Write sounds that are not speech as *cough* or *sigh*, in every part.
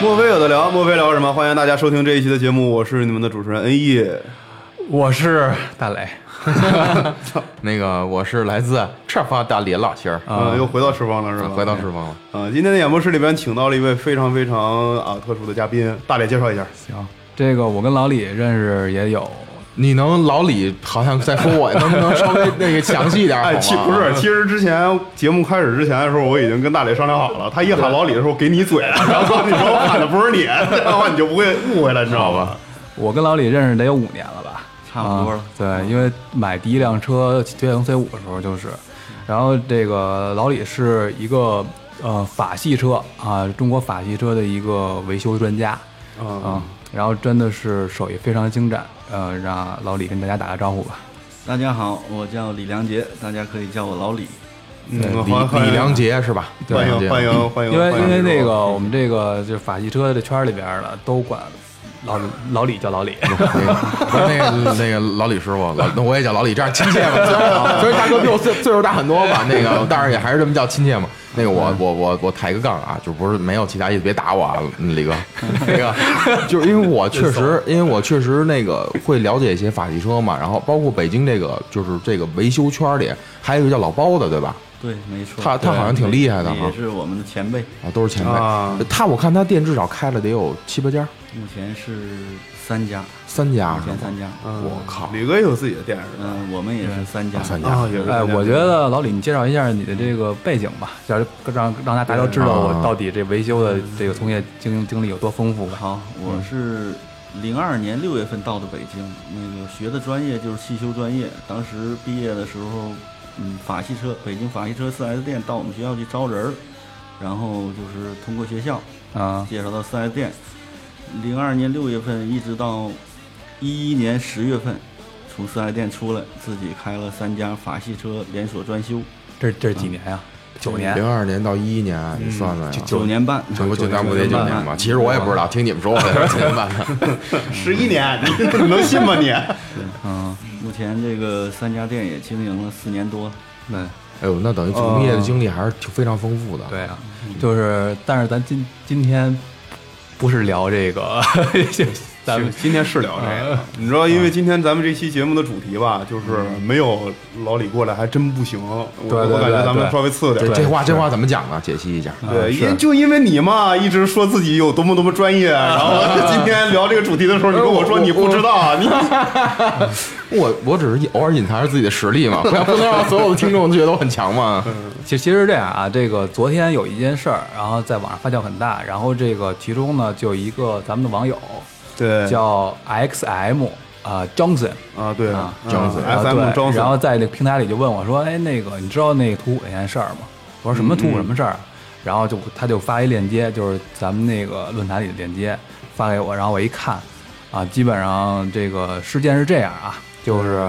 墨菲有的聊，墨菲聊什么？欢迎大家收听这一期的节目，我是你们的主持人恩哎义。我是大雷， *laughs* 那个我是来自赤发大连老乡儿嗯，又回到赤峰了是吧？回到赤峰了。啊，今天的演播室里边请到了一位非常非常啊特殊的嘉宾，大脸介绍一下。行，这个我跟老李认识也有，你能老李好像在说我，能不能稍微那个详细一点好哎，吗？其不是，其实之前节目开始之前的时候，我已经跟大磊商量好了，他一喊老李的时候给你嘴了， *laughs* 然后你说我喊的不是你，这样的话你就不会误会了，你知道吧？我跟老李认识得有五年了吧，差不多了啊对，因为买第一辆车推行 C 五的时候就是，然后这个老李是一个呃法系车啊，中国法系车的一个维修专家嗯啊，然后真的是手艺非常精湛，呃，让老李跟大家打个招呼吧。大家好，我叫李良杰，大家可以叫我老李。嗯，欢李迎李良，杰是吧？欢迎欢迎欢迎，因为哎欢迎因为那这种个我们这个就是法系车的圈儿里边儿的都管老李老李叫老李， *laughs* 那个那个老李师傅，老那我也叫老李，这样亲切嘛。虽然虽然大哥比我岁 *laughs* 岁数大很多吧，那个但是也还是这么叫亲切嘛。那个我我我我抬个杠啊，就不是没有其他意思，别打我啊，李哥。 *laughs* 那个就是因为我确实，因为我确实那个会了解一些法系车嘛，然后包括北京这个就是这个维修圈里，还有一个叫老包的，对吧？对，没错，他他好像挺厉害的哈也是我们的前辈，啊，都是前啊辈。他我看他店至少开了得有七八家，目前是三家，三家目是吗前？三家，嗯我靠李哥也有自己的电视嗯、我们也是三家，啊三家啊，也是 *laughs* 哎，我觉得得老李你介绍一下你的这个背景吧，要是让让大家都知道啊我到底这维修的这个从业经经历有多丰富吧。好，我是零二年六月份到的北京，那个学的专业就是汽修专业。当时毕业的时候，嗯，法系车，北京法系车 4S 店到我们学校去招人儿，然后就是通过学校啊，介绍到 4S 店。零二年六月份一直到一一年十月份，从 4S 店出来，自己开了三家法系车连锁专修，这这是几年呀？嗯九年零二年到一一年，你算算呀。九年半。全国九年不得九年吧？其实我也不知道，听你们说 *laughs* 的九年半。十一年，你 *laughs* 你能信吗你？嗯，目前这个三家店也经营了四年多。嗯，哎呦，那等于从业的经历还是挺非常丰富的。对啊，就是但是咱今今天不是聊这个， *laughs* 咱们今天是聊这个，啊你知道，因为今天咱们这期节目的主题嗯吧，就是没有老李过来还真不行，我对对我感觉对咱们对啊稍微次点这。这话这话怎么讲呢？解析一下。对，因就因为你嘛，一直说自己有多么多么专 *laughs* 业，然后今天聊这个主题的时候，你跟我说你不知道 *laughs* 啊，你我我只是偶尔隐藏着自己的实力嘛，不要不能让所有的听众觉得我很强 *laughs* 嘛。其实其实是这样啊，这个昨天有一件事儿，然后在网上发酵很大，然后这个其中呢，就有一个咱们的网友 *laughs* 对叫 XM 啊、Johnson 啊对啊，Johnson 啊 S M 对 Johnson，然后在那个平台里就问我说，哎，那个你知道那个图五那件事儿吗？我说什么图嗯五什么事儿？然后就他就发一链接，就是咱们那个论坛里的链接发给我，然后我一看，啊，基本上这个事件是这样啊，就是。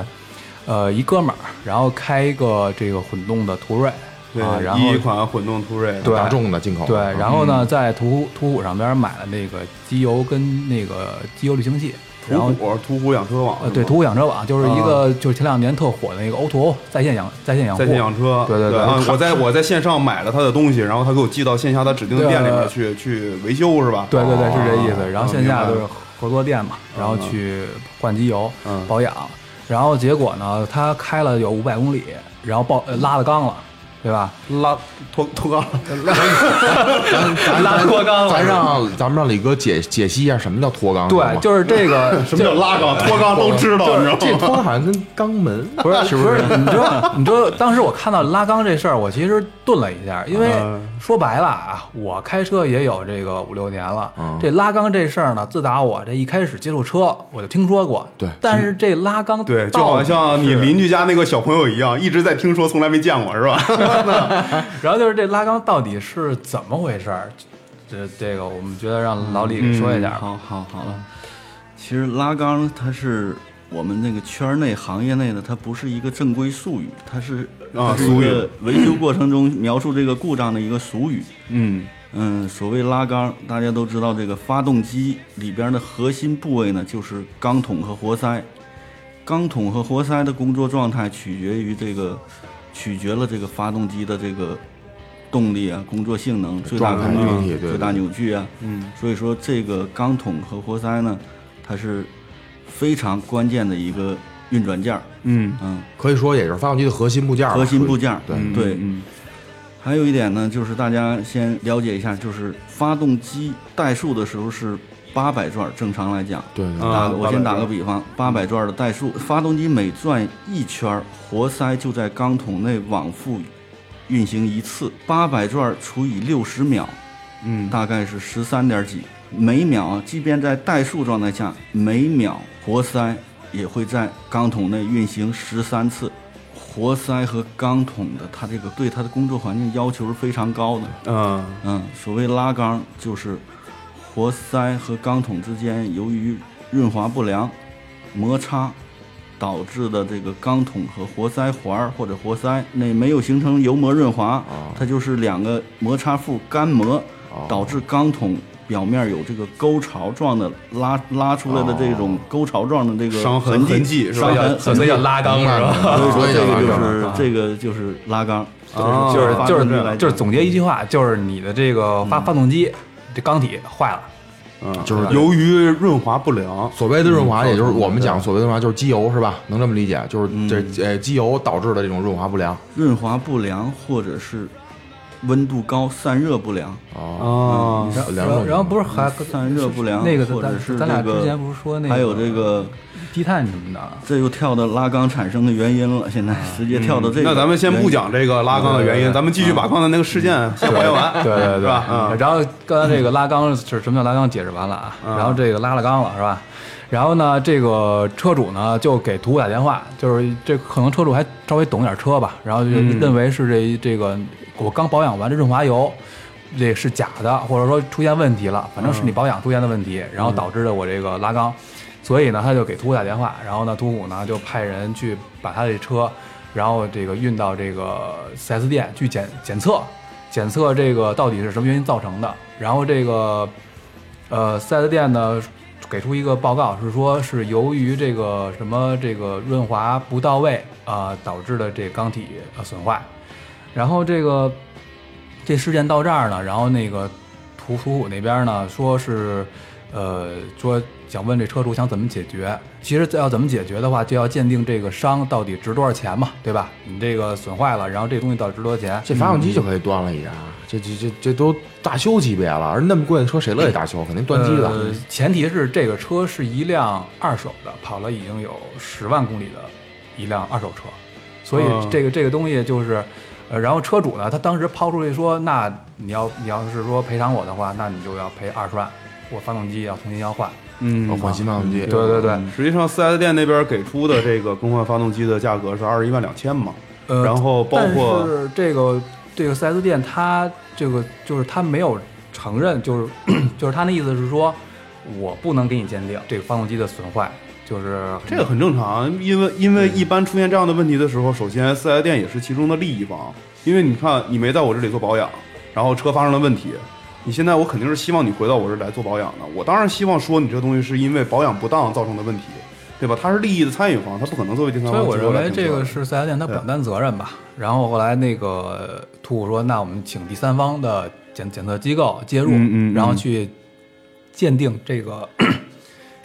呃，一哥们儿，然后开一个这个混动的途锐对啊，然后一款嗯混动途锐，对大众的进口。嗯对，然后呢，在途途虎上边买了那个机油跟那个机油滤清器，然后途虎途虎养车网呃，对，途虎养车网就是一个、就是前两年特火的那个 O to O 在线养在线养在线养车，对对 *laughs* 对啊我在我在线上买了他的东西，然后他给我寄到线下他指定的店里面去去维修是吧？对对对，是这意哦思。然后线下就是合作店嘛，然后去换机油、嗯保养，然后结果呢，他开了有五百公里，然后爆、呃拉了缸了，对吧？拉脱脱肛了，咱 *laughs* 咱拉脱肛了嗯咱让咱们让李哥解解析一下什么叫脱肛，好对，吗就是这个什么叫拉肛？脱肛都知道，你知道吗？哦这脱好像跟肛门不是不是？你知道你知道当时我看到拉缸这事儿，我其实顿了一下，因为嗯说白了啊，我开车也有这个五六年了嗯。这拉缸这事儿呢，自打我这一开始接触车，我就听说过。对但是这拉缸对，就到好底像你邻居家那个小朋友一样，一直在听说，从来没见过，是吧？然后就是这拉缸到底是怎么回事儿？这这个我们觉得让老李给说一下啊吧。好好好了，其实拉缸它是我们那个圈儿内行业内的，它不是一个正规术语，它是啊它是一俗语个维修过程中描述这个故障的一个俗语。嗯，嗯，所谓拉缸，大家都知道，这个发动机里边的核心部位呢，就是缸筒和活塞。缸筒和活塞的工作状态取决于这个，取决了这个发动机的这个动力啊、工作性能、最大状态功率运啊气、对最大扭矩啊。嗯，所以说这个缸筒和活塞呢，它是非常关键的一个运转件儿。嗯嗯，可以说也是发动机的核心部件吧，核心部件儿。对对，嗯嗯还有一点呢，就是大家先了解一下，就是发动机怠速的时候是八百转，正常来讲。对对对啊打个我先800打个转比方，八百转的怠速，发动机每转一圈儿，活塞就在缸筒内往复运行一次。八百转除以六十秒，嗯，大概是十三点几每秒啊。即便在怠速状态下，每秒活塞也会在缸筒内运行十三次。活塞和缸筒的，它这个对它的工作环境要求是非常高的。嗯嗯，所谓拉缸就是活塞和缸筒之间由于润滑不良、摩擦导致的这个缸筒和活塞环儿或者活塞内没有形成油膜润滑，它就是两个摩擦副干磨，导致缸筒表面有这个沟槽状的拉拉出来的这种沟槽状的这个伤痕痕痕迹是吧伤要痕痕所以迹叫拉缸是吧？所以说这个就啊是这个就是拉缸，啊就是发就动机来是讲就是总结一句话，就是你的这个发发动机这缸体坏了，嗯，就是由于润滑不良，所谓的润滑，也就是我们讲所谓的润滑，就是机油是吧？能这么理解？就是这呃机油导致的这种润滑不良。润滑不良或者是温度高散热不良，哦，啊，两然后种。然后不是还散热不良那个咱或者是咱俩这个之前不是说那个还有这个，低碳什么的，啊这又跳到拉缸产生的原因了，现在直接跳到这个原因。啊嗯那咱们先不讲这个拉缸的原因，咱们继续把刚才那个事件先还原完，对对是对吧？嗯，然后刚才这个拉缸是什么叫拉缸解释完了啊，然后这个拉了缸了是吧？然后呢，这个车主呢就给图打电话，就是这可能车主还稍微懂点车吧，然后就认为是这这个我刚保养完这润滑油。这是假的，或者说出现问题了，反正是你保养出现的问题，然后导致的我这个拉缸，所以呢，他就给途虎打电话，然后呢，途虎呢就派人去把他这车，然后这个运到这个 4S 店去检检测，检测这个到底是什么原因造成的，然后这个呃 4S 店呢给出一个报告，是说是由于这个什么这个润滑不到位啊、呃导致的这缸体呃损坏，然后这个这事件到这儿呢，然后那个屠屠虎那边呢说是，呃，说想问这车主想怎么解决。其实要怎么解决的话，就要鉴定这个伤到底值多少钱嘛，对吧？你这个损坏了，然后这东西到底值多少钱？这发动嗯机就可以端了已啊，这这这这都大修级别了，而那么贵的车谁嗯乐意大修？肯定断机的。呃前提是这个车是一辆二手的，跑了已经有十万公里的一辆二手车，所以嗯这个、这个东西就是，呃，然后车主呢，他当时抛出去说，那你要你要是说赔偿我的话，那你就要赔二十万，我发动机要重新要换。哦嗯，换新发动机，对对对，实际上四 S 店那边给出的这个更换发动机的价格是二十一万两千嘛，呃，然后包括但是这个这个 4S 店，他这个就是他没有承认，就是 *coughs* 就是他那意思是说，我不能给你鉴定这个发动机的损坏，就是这个很正常，因为因为一般出现这样的问题的时候，首先四 S 店也是其中的利益方，因为你看你没在我这里做保养，然后车发生了问题，你现在我肯定是希望你回到我这儿来做保养的，我当然希望说你这东西是因为保养不当造成的问题，对吧？它是利益的参与方，它不可能作为第三所以方我机认构来为评这测个的是四 S 店他不敢担责任吧。然后后来那个兔虎说，那我们请第三方的检检测机构介入，嗯嗯嗯然后去鉴定这个。 *clears throat*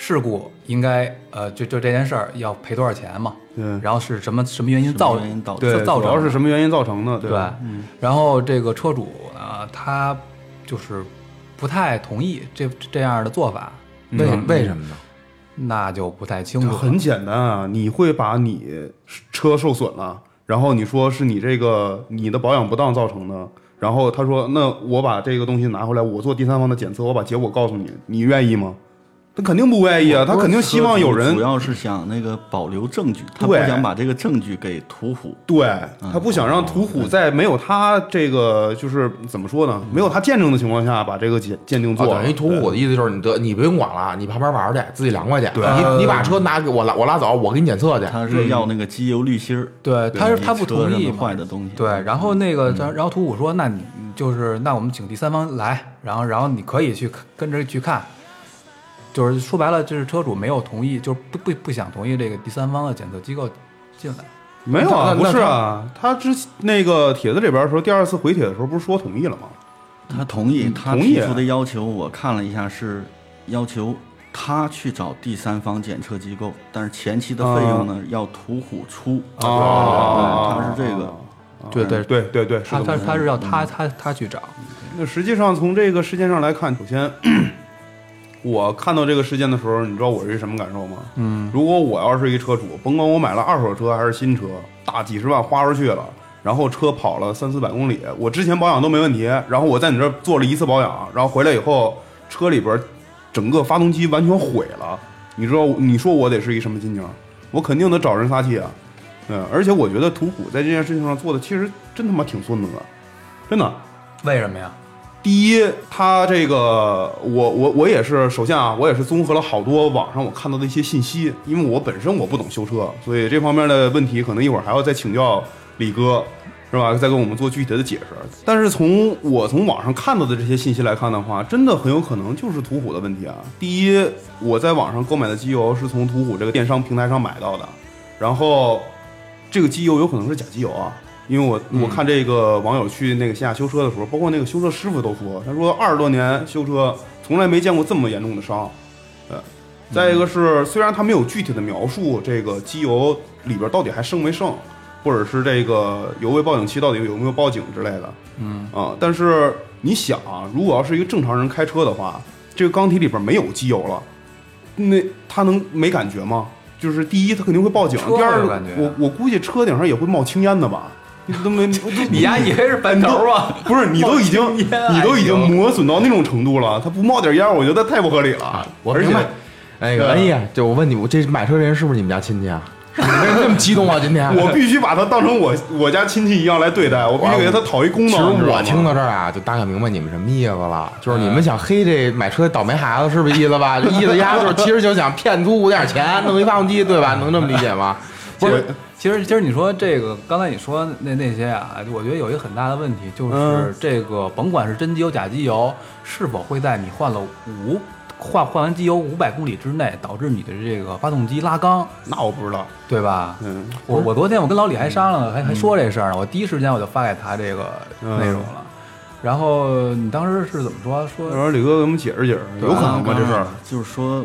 事故应该呃，就就这件事儿要赔多少钱嘛？对然后是什么什么原因造什么原因导嗯致嗯对，造主要成是的？什么原因造成的？对吧？然后这个车主呢，他就是不太同意这这样的做法，为嗯为什么呢？那就不太清就楚了。很简单啊，你会把你车受损了，然后你说是你这个你的保养不当造成的，然后他说那我把这个东西拿回来，我做第三方的检测，我把结果告诉你，你愿意吗？他肯定不愿意啊，他肯定希望有人主要是想那个保留证据，他不对想把这个证据给屠虎。对嗯他不想让屠哦虎在没有他这个就是怎么说呢，没有他见证的情况下把这个鉴鉴定啊，做了。嗯等于屠虎的意思就是你得你不用管了，你旁边玩儿去，自己凉快去。呃你你把嗯车拿给我拉，我拉走，我给你检测去。他是要那个机油滤芯儿，嗯对，他是他不同车意上的嘛坏的东西。对，然后那个，然后图五说，那你就是那我们请第三方来，然后然后你可以去看跟着去看，就是说白了，就是车主没有同意，就是不不不想同意这个第三方的检测机构进来。没有啊，那不那是啊，他之那个帖子里边说，第二次回帖的时候不是说同意了吗？他同意，他嗯同意啊提出的要求我看了一下是要求他去找第三方检测机构，但是前期的费用呢要屠虎出。啊哦对他是这个。对对，对对对，是他这么他回事他是嗯要他他他去找，那实际上从这个事件上来看，首先 *clears throat* 我看到这个事件的时候，你知道我是一什么感受吗？嗯，如果我要是一车主，甭管我买了二手车还是新车，大几十万花出去了。然后车跑了三四百公里，我之前保养都没问题，然后我在你这儿做了一次保养，然后回来以后车里边整个发动机完全毁了，你知道你说我得是一什么心情？我肯定得找人撒气啊，嗯，而且我觉得途虎在这件事情上做的其实真他妈挺孙子的，真的，为什么呀？第一，他这个我我我也是，首先啊，我也是综合了好多网上我看到的一些信息，因为我本身我不懂修车，所以这方面的问题可能一会儿还要再请教李哥，是吧？再给我们做具体的解释。但是从我从网上看到的这些信息来看的话，真的很有可能就是途虎的问题啊。第一，我在网上购买的机油是从途虎这个电商平台上买到的，然后这个机油有可能是假机油啊，因为我我看这个网友去那个线下修车的时候，包括那个修车师傅都说，他说二十多年修车从来没见过这么严重的伤，呃，再一个是虽然他没有具体的描述这个机油里边到底还剩没剩，或者是这个油位报警器到底有没有报警之类的，嗯啊、但是你想啊，如果要是一个正常人开车的话，这个缸体里边没有机油了，那他能没感觉吗？就是第一，他肯定会报警；车会第二有感觉，我我估计车顶上也会冒青烟的吧？你都没你丫以为是板头啊？不是你都已经冒青烟啊你都已经磨损到那种程度了，他不冒点烟，我觉得太不合理了。啊我而且明白。那个，对哎呀，就我问你，我这买车这人是不是你们家亲戚啊？你为什么这么激动啊？今天 *laughs* 我必须把他当成我我家亲戚一样来对待，我必须给他讨一公其实道。你知道我吗听到这儿啊，就大概明白你们什么意思了，就是你们想黑这买车倒霉孩子是不是意思 *laughs* 吧？就意思丫就是其实就想骗租户点钱，弄一发动机，对 *laughs* 吧？能这么理解吗？其实其实其实你说这个，刚才你说那那些啊，我觉得有一个很大的问题，嗯就是这个甭管是真机油假机油，是否会在你换了五换换完机油五百公里之内，导致你的这个发动机拉缸，那我不知道，对吧？嗯，我我昨天我跟老李还商量了，还还说这事儿呢，我第一时间我就发给他这个嗯内容了。然后你当时是怎么说？到时说候李哥给我们解释解释，有可能吗？这事儿啊就是说，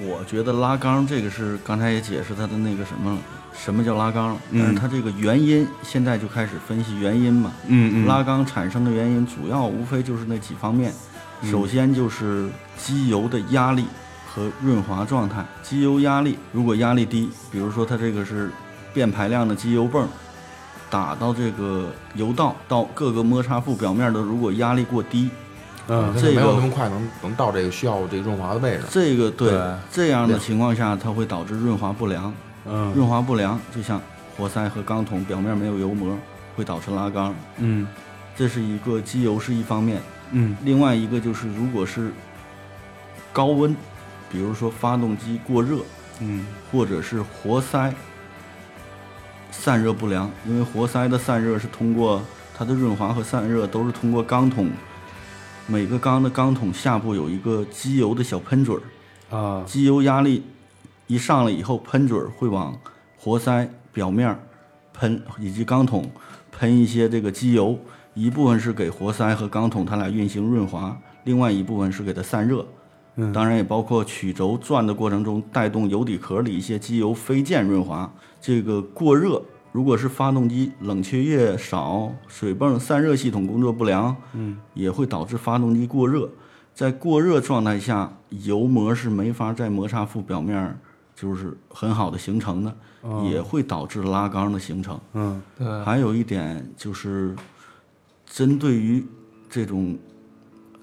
我觉得拉缸这个是刚才也解释他的那个什么了，什么叫拉缸？但是嗯它这个原因现在就开始分析原因嘛。嗯嗯拉缸产生的原因主要无非就是那几方面，首先就是机油的压力和润滑状态。机油压力如果压力低，比如说它这个是变排量的机油泵，打到这个油道到各个摩擦部表面的，如果压力过低，呃嗯这个没有那么快能能到这个需要这个润滑的位置。这个对对这样的情况下，它会导致润滑不良。嗯润滑不良就像活塞和钢桶表面没有油膜，会导致拉缸。嗯这是一个机油是一方面，嗯另外一个就是如果是高温，比如说发动机过热，嗯或者是活塞散热不良，因为活塞的散热是通过它的润滑和散热都是通过钢桶，每个缸的钢桶下部有一个机油的小喷嘴儿，啊机油压力一上来以后，喷嘴儿会往活塞表面儿喷，以及钢桶喷一些这个机油，一部分是给活塞和钢桶它俩运行润滑，另外一部分是给它散热，当然也包括曲轴转的过程中带动油底壳里一些机油飞溅润滑。这个过热，如果是发动机冷却液少、水泵散热系统工作不良，嗯，也会导致发动机过热。在过热状态下，油膜是没法在摩擦副表面儿就是很好的形成的，也会导致拉缸的形成。嗯，还有一点就是，针对于这种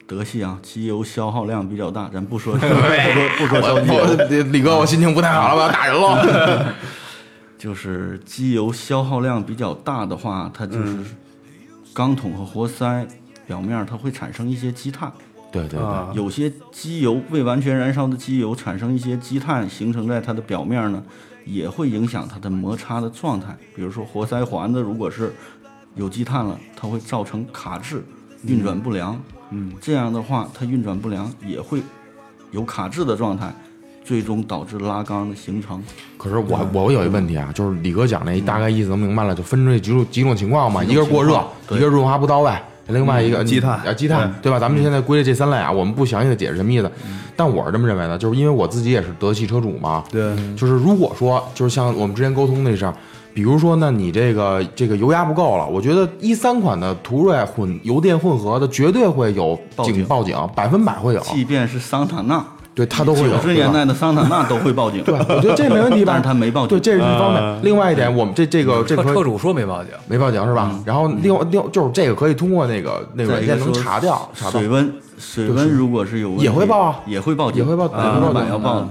德系啊，机油消耗量比较大，咱不说不说不说消机油，我我李哥，我心情不太好了，我要打人了。就是机油消耗量比较大的话，它就是嗯缸筒和活塞表面它会产生一些积碳， *laughs* 对对嗯对，啊有些机油未完全燃烧的机油产生一些积碳，形成在它的表面呢，也会影响它的摩擦的状态。比如说活塞环子如果是有积碳了，它会造成卡滞、运转不良。嗯，这样的话，它运转不良也会有卡滞的状态，最终导致拉缸的形成。可是我我有一问题啊，就是李哥讲那一大概意思能明白了，就分这几种几种情况嘛，一个是过热，一个是润滑不到位，另外一个积碳啊积碳，对吧？咱们现在归类这三类啊，我们不详细的解释什么意思，但我是这么认为的，就是因为我自己也是德系车主嘛，对，就是如果说就是像我们之前沟通那事儿，比如说呢，你这个这个油压不够了，我觉得一三款的途锐混油电混合的绝对会有报警警报警，百分百会有，即便是桑塔纳，对它都会有。九十对吧年代的桑塔纳都会报警。对，我觉得这没问题吧？ *laughs* 但是他没报警对，这是一方面。另外一点，我们这这个这车个可以车主说没报 *laughs* 警，没报警是吧？然后另外另外就是这个可以通过那个那个再软一个件能说查掉，查到水。温，水温如果是有问题也会报啊也会报警，也会报百也会分报百警要报的。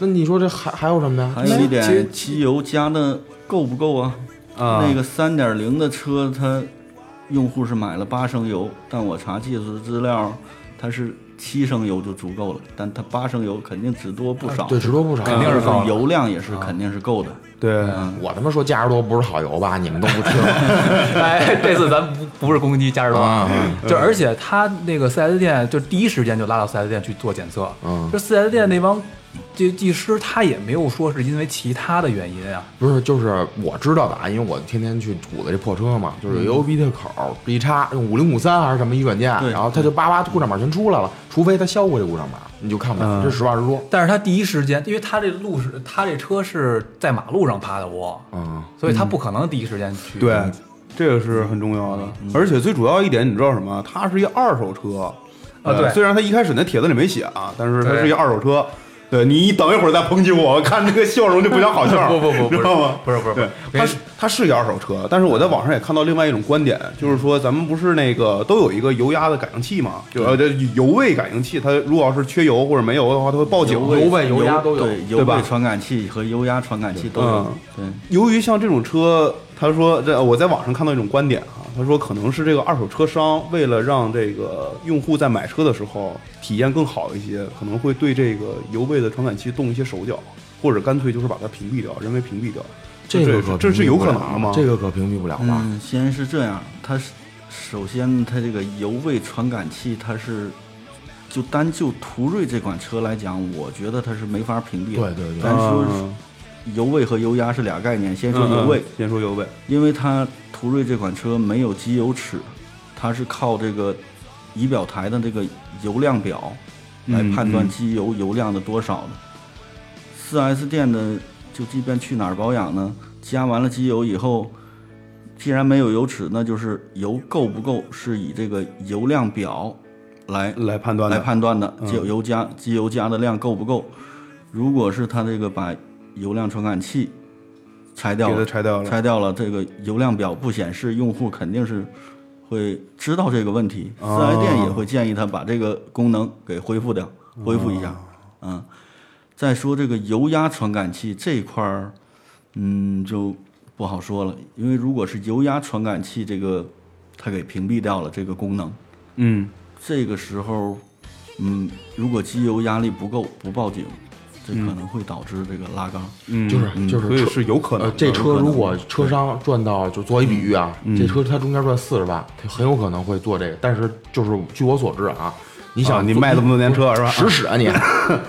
那你说这还还有什么呀？还有一其实点，机油加的够不够啊？啊那个三点零的车，它用户是买了八升油，但我查技术资料，它是七升油就足够了，但它八升油肯定只多不少，啊对，只多不少。肯定是就是高油量也是啊肯定是够的。对，我他妈说加十多不是好油吧？你们都不听哎，这次咱不不是攻击加士多，啊！就而且他那个四 S 店就第一时间就拉到四 S 店去做检测，嗯这四 S 店那帮这技师他也没有说是因为其他的原因啊，不是，就是我知道的啊，因为我天天去鼓的这破车嘛，就是有 USB 的口一插，用五零五三还是什么一软件，对然后它就叭叭故障码全出来了，除非它销过这故障码，你就看不了。嗯这实话实说，但是他第一时间，因为他这路是他这车是在马路上趴的窝，嗯，所以他不可能第一时间去对，这个是很重要的。而且最主要一点，你知道什么？它是一二手车啊呃对虽然它一开始那帖子里没写啊，但是它对是一二手车。对你一等一会儿再抨击我，我看这个笑容就不像好笑。不不不不是知道吗？不是不是不是对它是它是一二手车，但是我在网上也看到另外一种观点，就是说咱们不是那个都有一个油压的感应器嘛，就呃这油位感应器，它如果要是缺油或者没油的话，它会报警。位油位油压都有嗯对，油对吧位传感器和油压传感器都有。对，由于像这种车，他说这我在网上看到一种观点啊，他说可能是这个二手车商为了让这个用户在买车的时候体验更好一些，可能会对这个油位的传感器动一些手脚，或者干脆就是把它屏蔽掉，人为屏蔽掉。这个这是可这屏是蔽有不可了能的吗这个可屏蔽不了吧？嗯，先是这样，它是首先它这个油位传感器，它是就单就途锐这款车来讲，我觉得它是没法屏蔽的。对对对咱说嗯油位和油压是俩概念，先说油位，嗯先说油位，因为它途锐这款车没有机油尺，它是靠这个仪表台的这个油量表来判断嗯嗯机油油量的多少的。四 S 店的就即便去哪儿保养呢，加完了机油以后，既然没有油尺，那就是油够不够是以这个油量表来来判断的来判断的，嗯机油油加机油加的量够不够？如果是它这个把油量传感器拆掉给它了，拆掉了。拆掉了，这个油量表不显示，用户肯定是会知道这个问题。四哦 S 店也会建议他把这个功能给恢复掉，恢复哦一下。嗯，再说这个油压传感器这一块儿，嗯，就不好说了，因为如果是油压传感器这个，它给屏蔽掉了这个功能，嗯，这个时候，嗯，如果机油压力不够不报警，这可能会导致这个拉缸。嗯就是就是所以车是有可能嗯呃的，这车如果车商赚到，就作为比喻啊，这车它中间赚四十万，它很有可能会做这个。但是就是据我所知啊，你你想、想你卖这么多年车是吧？使使 *laughs* 嗯啊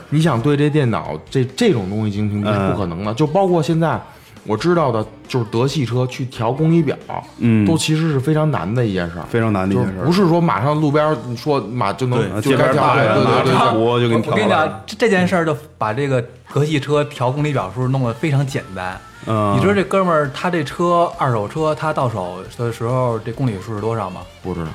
你，你想对这电脑这这种东西进行屏蔽是不可能的。就包括现在我知道的就是德系车去调公里表，嗯都其实是非常难的一件事儿，非常难的一件事就是不是说马上路边说马就能对就街该边调大了，爷对拿对对着对。锅就给你我调跟你过来讲，这这件事儿就把这个德系车调公里表数弄得非常简单。嗯你知道这哥们儿他这车二手车他到手的时候这公里数是多少吗？不嗯知道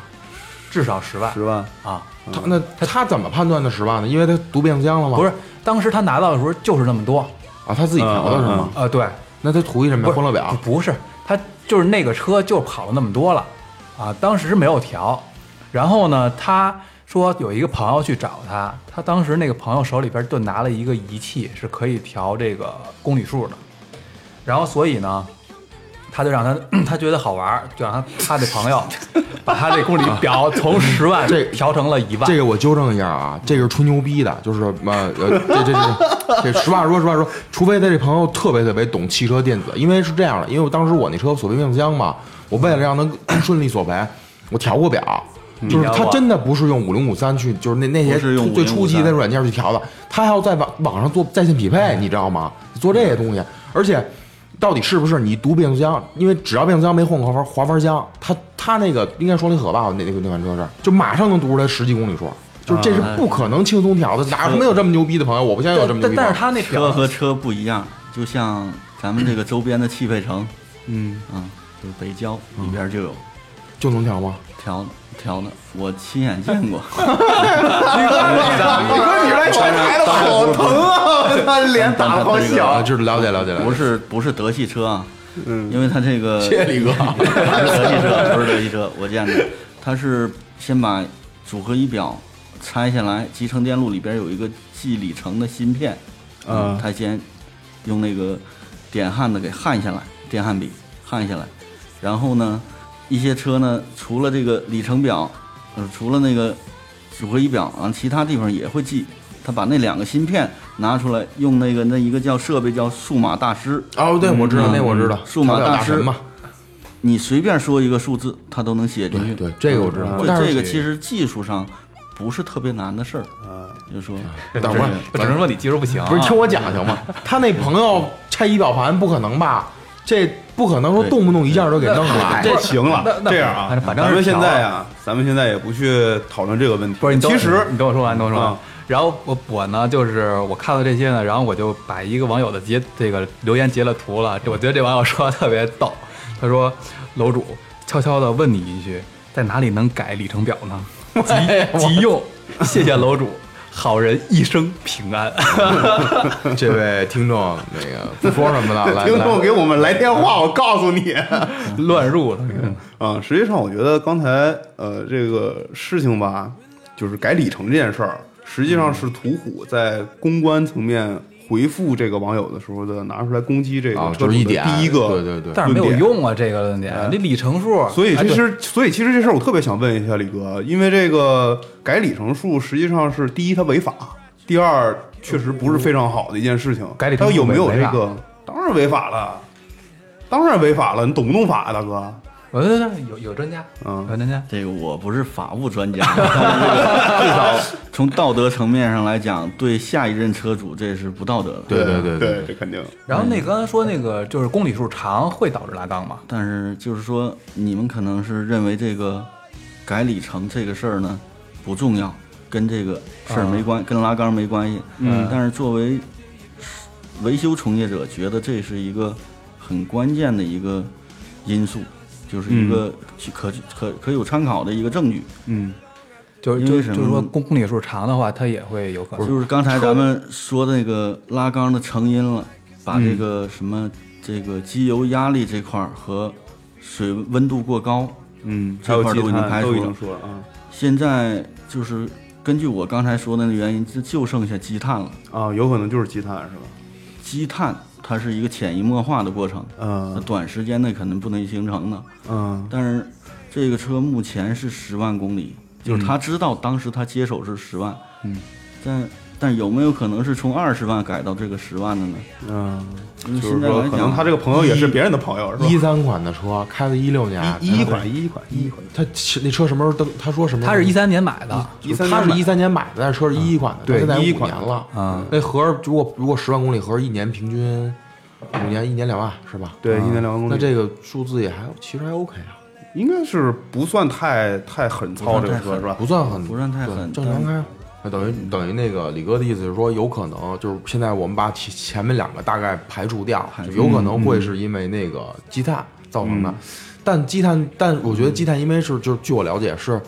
至少十万十万，啊！他那他怎么判断的十万呢？因为他读变速箱了吗？不是，当时他拿到的时候就是那么多。啊，他自己调的是嗯吗？呃，对，那他图一什么不呀？是欢乐表不不是，他就是那个车就跑了那么多了，啊，当时没有调。然后呢，他说有一个朋友去找他，他当时那个朋友手里边就拿了一个仪器，是可以调这个公里数的。然后所以呢，他就让他 *clears throat* 他觉得好玩儿，就让他他这 *laughs* 朋友把他这公里表从十万这调成了一万。这个我纠正一下嗯啊，这个是吹牛逼的，就是呃呃，这这这这实话说实话说，除非他这朋友特别特别懂汽车电子，因为是这样的，因为我当时我那车锁变速箱嘛，我为了让它顺利索赔，我调过表。就是嗯调他过真的不是用五零五三去，就是那那些不是用最最初级5053的软件去调的，他还要在网网上做在线匹配，你知道吗？做这些东西，而且到底是不是你读变速箱？因为只要变速箱没换过滑滑阀箱，它它那个应该双离合吧？那那个那款车是，就马上能读出来实际公里数，就是这是不可能轻松调的，哪有没有这么牛逼的朋友？我不相信有这么但牛逼但的但朋是友。他那表 *laughs* 车和车不一样，就像咱们这个周边的汽配城，嗯，嗯，就是北郊里边就有就能调吗？调调的，我亲眼见 *laughs* 过。你说你来全来的好疼啊！他脸打的好啊，响，就是了解了解了解。不是不是德系车啊，嗯因为它这个谢谢李哥，不是德系车，不是德系车， *laughs* 我见的，它是先把主和仪表拆下来，集成电路里边有一个记里程的芯片，嗯它先用那个点焊的给焊下来，电焊笔焊下来，然后呢，一些车呢，除了这个里程表，呃，除了那个主和仪表啊，其他地方也会记。他把那两个芯片拿出来，用那个那一个叫设备叫数码大师，哦，对，我知道，那我知道，数码调表大嗯大神师嘛，你随便说一个数字，它都能写进去。对对，这个我知道。但是这个其实技术上不是特别难的事儿，就说 *laughs* 等会儿我只能说你技术不行啊，不是，听我讲行 *laughs* 吗？他那朋友拆仪表盘不可能吧？这不可能说动不动一下就给弄了。 *laughs* 这行那了，那这样啊，反正咱们是现调在啊，咱们现在也不去讨论这个问题。不是，你等其我实你等我说完，你等我说完啊。然后我我呢，就是我看到这些呢，然后我就把一个网友的截这个留言截了图了。这我觉得这网友说的特别逗，他说：“楼主悄悄的问你一句，在哪里能改里程表呢？ *laughs* 急急用，谢谢楼主，好人一生 *laughs* 平安。 *laughs* 这位听众，那个不说什么了，来 *laughs* 听众来，给我们来电话，我告诉你。乱入了，啊，实际上我觉得刚才呃这个事情吧，就是改里程这件事儿，实际上是途虎在公关层面回复这个网友的时候的拿出来攻击这个啊车就主是一的点第一个，对对对但是没有用啊，这个论点，这里程数。所以哎其对实，所以其实这事儿我特别想问一下李哥，因为这个改里程数实际上是第一它违法，第二确实不是非常好的一件事情。改里程它数有没有这违法个？当然违法了，当然违法了，你懂不懂法啊，大哥？我觉得有有专家，嗯有专家，这个我不是法务专家，但是这个 *laughs* 至少从道德层面上来讲，对下一任车主这是不道德的。对对对对对，这肯定。然后那个刚才说那个就是公里数长会导致拉缸嘛？但是就是说，你们可能是认为这个改里程这个事儿呢不重要，跟这个事儿没关，跟拉缸没关系。啊嗯，但是作为维修从业者，觉得这是一个很关键的一个因素，就是一个可、可可有参考的一个证据。嗯，就是因就为是什就么是说公公里数长的话，它也会有可能。就是刚才咱们说那个拉缸的成因了，把这个什么这个机油压力这块儿和水温度过高，嗯，还这有块儿积都已经碳排都已除经了说了啊。现在就是根据我刚才说的那个原因，就就剩下积碳了。啊，有可能就是积碳是吧？积碳它是一个潜移默化的过程，那嗯短时间内可能不能形成的。嗯但是这个车目前是十万公里，就是他知道当时他接手是十万，嗯，但但有没有可能是从二十万改到这个十万的呢？嗯，因为就是现在说来可能讲，他这个朋友也是别人的朋友是吧？一三款的车开了一六年，一一款一一款一一款，他那车什么时候登？他说什么时候？它是一三年买的， 13他年是买嗯一三年买的，但是车是一一款的，它对现在11五款年了嗯那合着如果如果十万公里合着一年平均五年一年两万是吧？对啊一年两万公里那这个数字也还其实还 OK 啊，应该是不算太太狠操这个车不算太狠是吧？不算很不算太对狠正常但开。那哎等于等于那个李哥的意思是说，有可能就是现在我们把前前面两个大概排除掉，就有可能会是因为那个积碳造成的。但积碳，但我觉得积碳因为是就是据我了解是，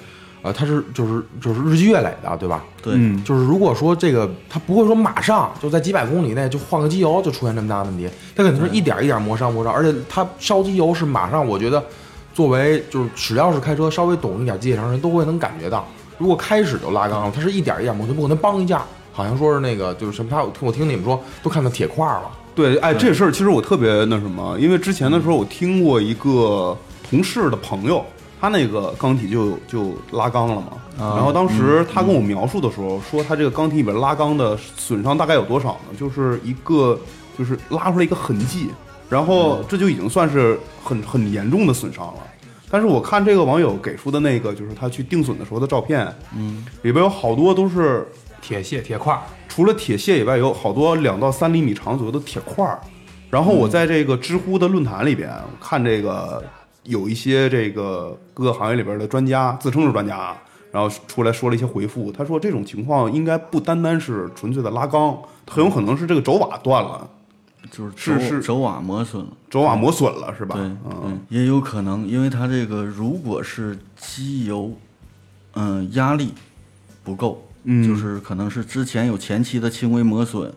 呃，它是就是就是日积月累的，对吧？对，嗯就是如果说这个它不会说马上就在几百公里内就换个机油就出现这么大的问题，它肯定是一点一点磨伤磨伤，而且它烧机油是马上，我觉得作为就是只要是开车稍微懂一点机械常识人都会能感觉到，如果开始就拉缸了，它是一点一点磨，就不可能帮一下，好像说是那个就是什么，他我听我听你们说都看到铁块了，对，哎，这事儿其实我特别那什么，因为之前的时候我听过一个同事的朋友，他那个缸体就就拉缸了嘛。然后当时他跟我描述的时候，说他这个缸体里边拉缸的损伤大概有多少呢？就是一个就是拉出来一个痕迹，然后这就已经算是很很严重的损伤了。但是我看这个网友给出的那个，就是他去定损的时候的照片，嗯，里边有好多都是铁屑、铁块儿，除了铁屑以外，有好多两到三厘米长左右的铁块儿。然后我在这个知乎的论坛里边我看这个有一些这个各个行业里边的专家，自称是专家啊，然后出来说了一些回复。他说这种情况应该不单单是纯粹的拉缸，很有可能是这个轴瓦断了，就是是轴是轴瓦磨损了。轴瓦磨损了，是吧？对，嗯，对，也有可能，因为它这个如果是机油，嗯，压力不够，嗯就是可能是之前有前期的轻微磨损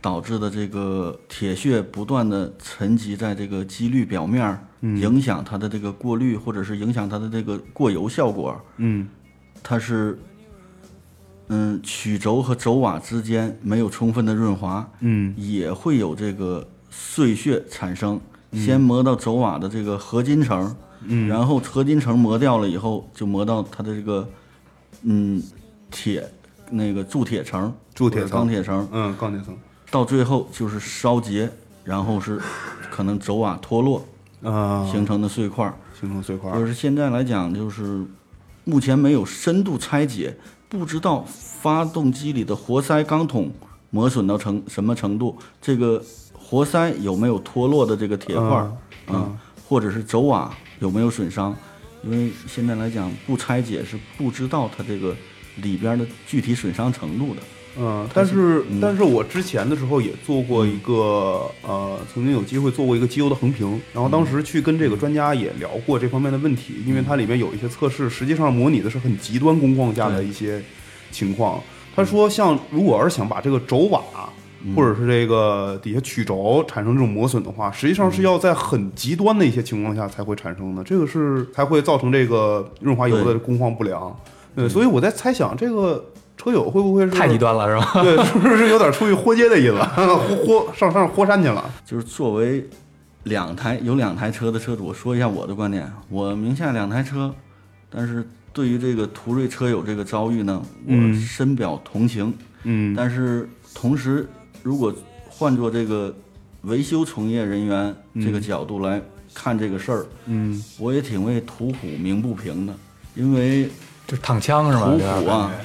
导致的这个铁屑不断的沉积在这个机滤表面儿，嗯影响它的这个过滤，或者是影响它的这个过油效果，嗯，它是。嗯，曲轴和轴瓦之间没有充分的润滑，嗯，也会有这个碎屑产生，嗯先磨到轴瓦的这个合金层，嗯，然后合金层磨掉了以后，就磨到它的这个嗯铁那个铸铁层、铸铁或者层钢铁层，嗯，钢铁层，到最后就是烧结，然后是可能轴瓦脱落啊，形成的碎块儿。形成碎块儿，就是现在来讲，就是目前没有深度拆解，不知道发动机里的活塞钢筒磨损到成什么程度，这个活塞有没有脱落的这个铁块儿嗯，嗯，或者是轴瓦有没有损伤，因为现在来讲不拆解是不知道它这个里边的具体损伤程度的。嗯，但是、但是我之前的时候也做过一个、呃，曾经有机会做过一个机油的横评，然后当时去跟这个专家也聊过这方面的问题，因为它里面有一些测试，实际上模拟的是很极端工况下的一些情况。他说，像如果要是想把这个轴瓦或者是这个底下曲轴产生这种磨损的话，实际上是要在很极端的一些情况下才会产生的，这个是才会造成这个润滑油的对工况不良。对，所以我在猜想这个。车友会不会是太极端了是 *laughs* 吧？ *laughs* 对，是不是有点出去豁街的意思？ *laughs* 豁豁上上豁山去了。就是作为两台有两台车的车主，我说一下我的观点。啊我名下两台车，但是对于这个途锐车友这个遭遇呢，我深表同情。嗯但是同时，如果换做这个维修从业人员这个角度来看这个事儿，嗯，我也挺为途虎鸣不平的，因为就是躺枪是吧？途这样虎啊感觉，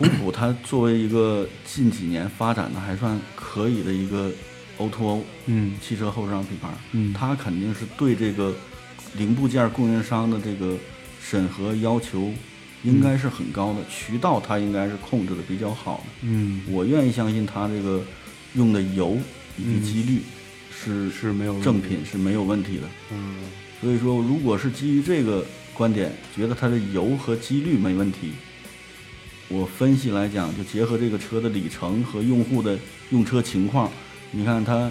途虎它作为一个近几年发展的还算可以的一个 O2O，嗯，汽车后市场品牌，嗯它肯定是对这个零部件供应商的这个审核要求应该是很高的，渠道它应该是控制的比较好的。嗯，我愿意相信它这个用的油以及机滤是嗯是没有问题正品是没有问题的。嗯所以说，如果是基于这个观点，觉得它的油和机滤没问题，我分析来讲，就结合这个车的里程和用户的用车情况，你看它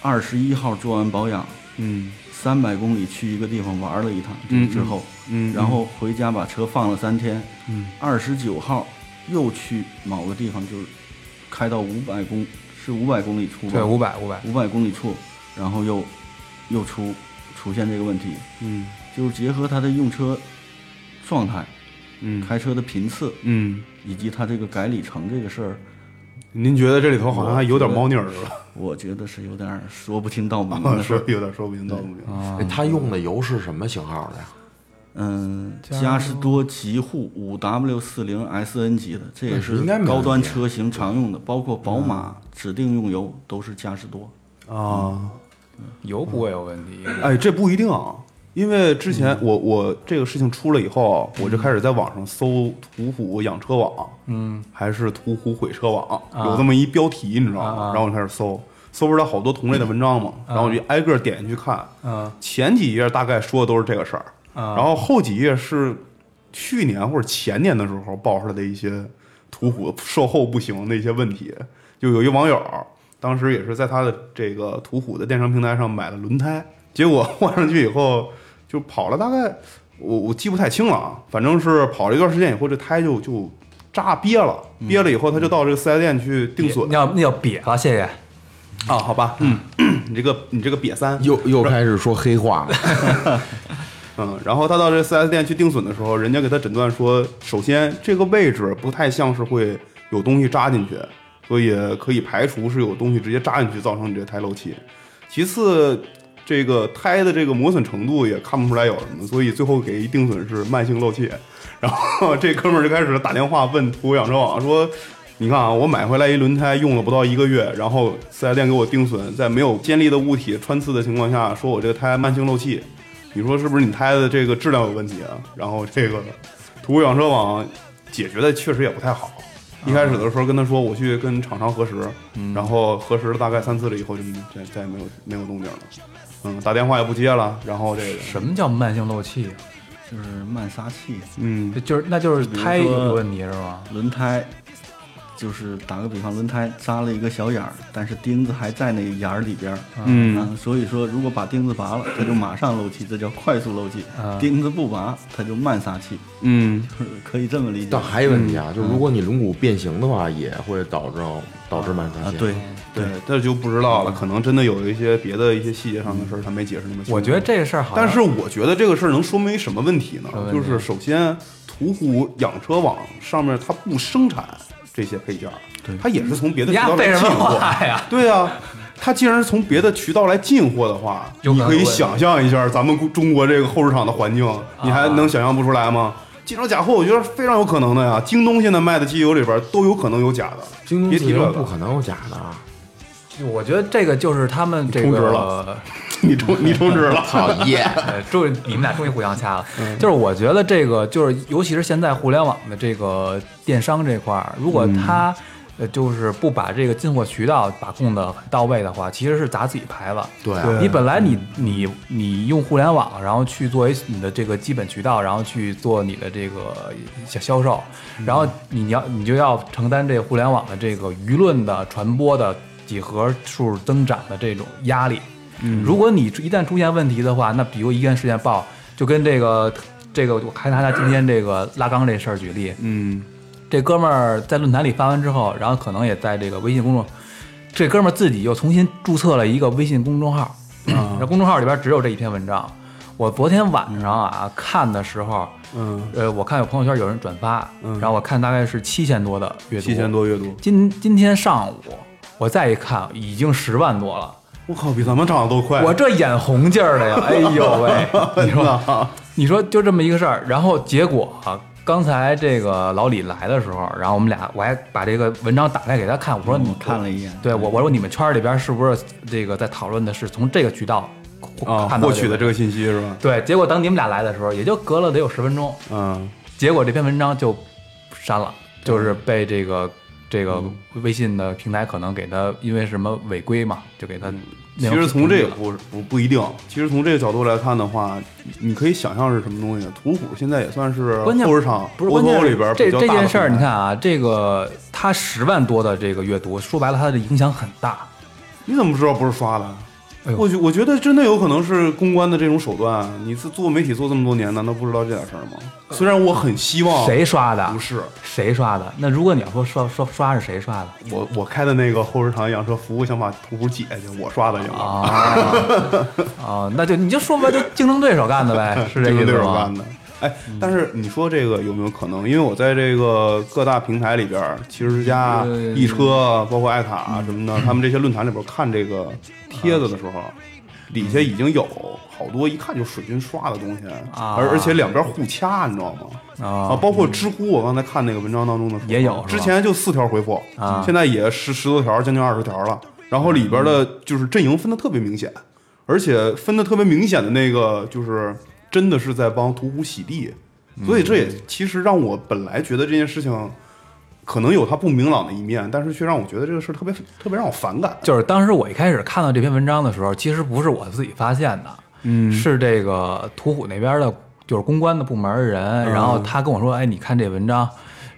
二十一号做完保养，嗯三百公里去一个地方玩了一趟，嗯之后，嗯然后回家把车放了三天，嗯，二十九号又去某个地方，就是开到五百公是五百公里处吧，对，五百五百，五百公里处，然后又又出出现这个问题，嗯就是结合它的用车状态、嗯开车的频次嗯，以及它这个改里程这个事儿，您觉得这里头好像还有点猫腻儿是吧？我觉得是有点儿说不清道 *laughs* 不明的事说儿。有点说不清道不明。哎他用的油是什么型号的呀？嗯，嘉实多极护五 W 四零 SN 级的，这也那是是应该没问题高端车型常用的，包括宝马指定用油都是嘉实多。啊。油不会有问题。哎，这不一定啊，因为之前我我这个事情出了以后啊，我就开始在网上搜途虎养车网，嗯，还是途虎毁车网，有这么一标题，你知道啊吗啊？然后我就开始搜，搜不是到好多同类的文章嘛，然后我就挨个点进去看，嗯前几页大概说的都是这个事儿，啊然后后几页是去年或者前年的时候爆出来的一些途虎售后不行的一些问题。就有一网友当时也是在他的这个途虎的电商平台上买了轮胎，结果换上去以后就跑了大概我我记不太清了啊，反正是跑了一段时间以后，这胎就就扎憋了，憋了以后他就到这个四 S 店去定损那叫那叫瘪了，谢谢。啊，好吧，嗯，你这个你这个瘪三又又开始说黑话了。嗯，然后他到这 4S 店去定损的时候，人家给他诊断说，首先这个位置不太像是会有东西扎进去，所以可以排除是有东西直接扎进去造成你这胎漏气。其次，这个胎的这个磨损程度也看不出来有什么，所以最后给一定损是慢性漏气。然后这哥们儿就开始打电话问途虎养车网说。你看啊，我买回来一轮胎，用了不到一个月，然后四 S 店给我定损，在没有尖利的物体穿刺的情况下，说我这个胎慢性漏气，你说是不是你胎的这个质量有问题啊？然后这个途虎养车网解决的确实也不太好。一开始的时候跟他说我去跟厂商核实，然后核实了大概三次了以后就再再也没有没有动静了。嗯，打电话也不接了，然后这个什么叫慢性漏气？就是慢撒气，嗯这就是那就是比如胎说有问题是吗？轮胎，就是打个比方，轮胎扎了一个小眼儿，但是钉子还在那个眼儿里边儿。啊嗯，所以说如果把钉子拔了，它就马上漏气，这叫快速漏气；啊钉子不拔，它就慢撒气，嗯就是可以这么理解。但还有一个问题啊，就是如果你轮毂变形的话，也会导致导致慢啊发，对，对，这就不知道了，可能真的有一些别的一些细节上的事儿他没解释那么清楚。我觉得这个事儿好像，但是我觉得这个事儿能说明什么问题呢么？问就题是首先，途虎养车网上面它不生产这些配件儿，它也是从别的渠呀道来废什进么货话呀？对啊，它既然是从别的渠道来进货的话，有你可能可以会想象一下咱们中国这个后市场的环境，你还啊能想象不出来吗？进口假货，我觉得是非常有可能的呀。京东现在卖的机油里边儿都有可能有假的，京东别提自这营不个，可能有假的啊！我觉得这个就是他们这充值个了 *laughs* 你充你充值了，讨厌，呃，终于你们俩终于互相掐了。嗯就是我觉得这个，就是尤其是现在互联网的这个电商这块儿，如果嗯他呃就是不把这个进货渠道把控的到位的话，其实是砸自己牌子。对啊你本来你你你用互联网，然后去作为你的这个基本渠道，然后去做你的这个销销售，然后你要你就要承担这个互联网的这个舆论的传播的几何数增长的这种压力。如果你一旦出现问题的话，那比如一件事件爆，就跟这个这个，我还拿他今天这个拉缸这事儿举例，嗯这哥们儿在论坛里发完之后，然后可能也在这个微信公众，这哥们儿自己又重新注册了一个微信公众号，嗯啊那、公众号里边只有这一篇文章。我昨天晚上啊看的时候，嗯，呃，我看有朋友圈有人转发，嗯然后我看大概是七千多的阅读，七千。多阅读，今今天上午我再一看，已经十万多了。我靠，比咱们涨得都快，我这眼红劲儿的呀，哎呦喂！你说，你说就这么一个事儿，然后结果啊，刚才这个老李来的时候，然后我们俩我还把这个文章打开给他看，我嗯说你我看了一眼对我我说你们圈里边是不是这个在讨论的是从这个渠道啊看到获取的这个？个信息是吧？对，结果等你们俩来的时候，也就隔了得有十分钟，嗯。结果这篇文章就删了，就是被这个这个嗯微信的平台可能给他因为什么违规嘛，就给他嗯其内容实从这屏蔽个了不不不一定，其实从这个角度来看的话，你可以想象是什么东西。途虎现在也算是关键后市场不是 O 关 to 键 O 是里边这比较大这的件事儿，品你牌看，啊，这个他十万多的这个阅读，说白了，它的影响很大。你怎么知道不是刷的哎？呦我觉我觉得真的有可能是公关的这种手段。你是做媒体做这么多年，难道不知道这点事儿吗？虽然我很希望谁刷的哦不？是谁刷的？那如果你要说刷刷刷是 *laughs* 谁刷的我我开的那个后市场养车服务想把途虎解下去，我刷的行吗？啊啊，那就你就说白了，就竞争对手干的 *laughs* 呗，是这个意对思手吗干？的。哎，但是你说这个有没有可能？因为我在这个各大平台里边儿，汽车之家、啊嗯易车，啊包括爱卡什么的，他们这些论坛里边儿看这个帖子的时候，底下已经有好多一看就水军刷的东西，啊而而且两边互掐，你知道吗？啊包括知乎，我刚才看那个文章当中的时候也有是吧之前就四条回复啊现在也十十多条，将近二十条了。然后里边的就是阵营分的特别明显，而且分的特别明显的那个就是真的是在帮屠虎洗地，所以这也其实让我本来觉得这件事情可能有它不明朗的一面，但是却让我觉得这个事儿特别特别让我反感。就是当时我一开始看到这篇文章的时候，其实不是我自己发现的，嗯，是这个途虎那边的，就是公关的部门的人，然后他跟我说，哎，你看这文章。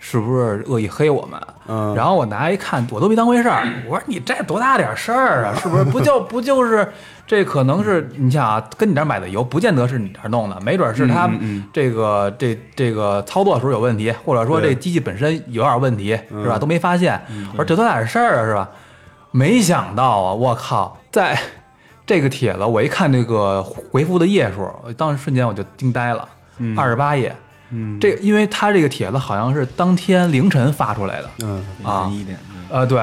是不是恶意黑我们？嗯，然后我拿一看，我都没当回事 *laughs* 儿。我说你这多大点事儿啊？是不是？不就 *laughs* 不就是这？可能是你想啊，跟你这儿买的油，不见得是你这儿弄的，没准是他这个、这这个操作时候有问题，或者说这机器本身有点问题，是吧？都没发现。我说这多大点事儿啊？是吧？没想到啊，我靠，在 *laughs* 这个帖子我一看这个回复的页数，当时瞬间我就惊呆了，二十八页。嗯，这因为他这个帖子好像是当天凌晨发出来的，嗯，啊一点，嗯呃，对，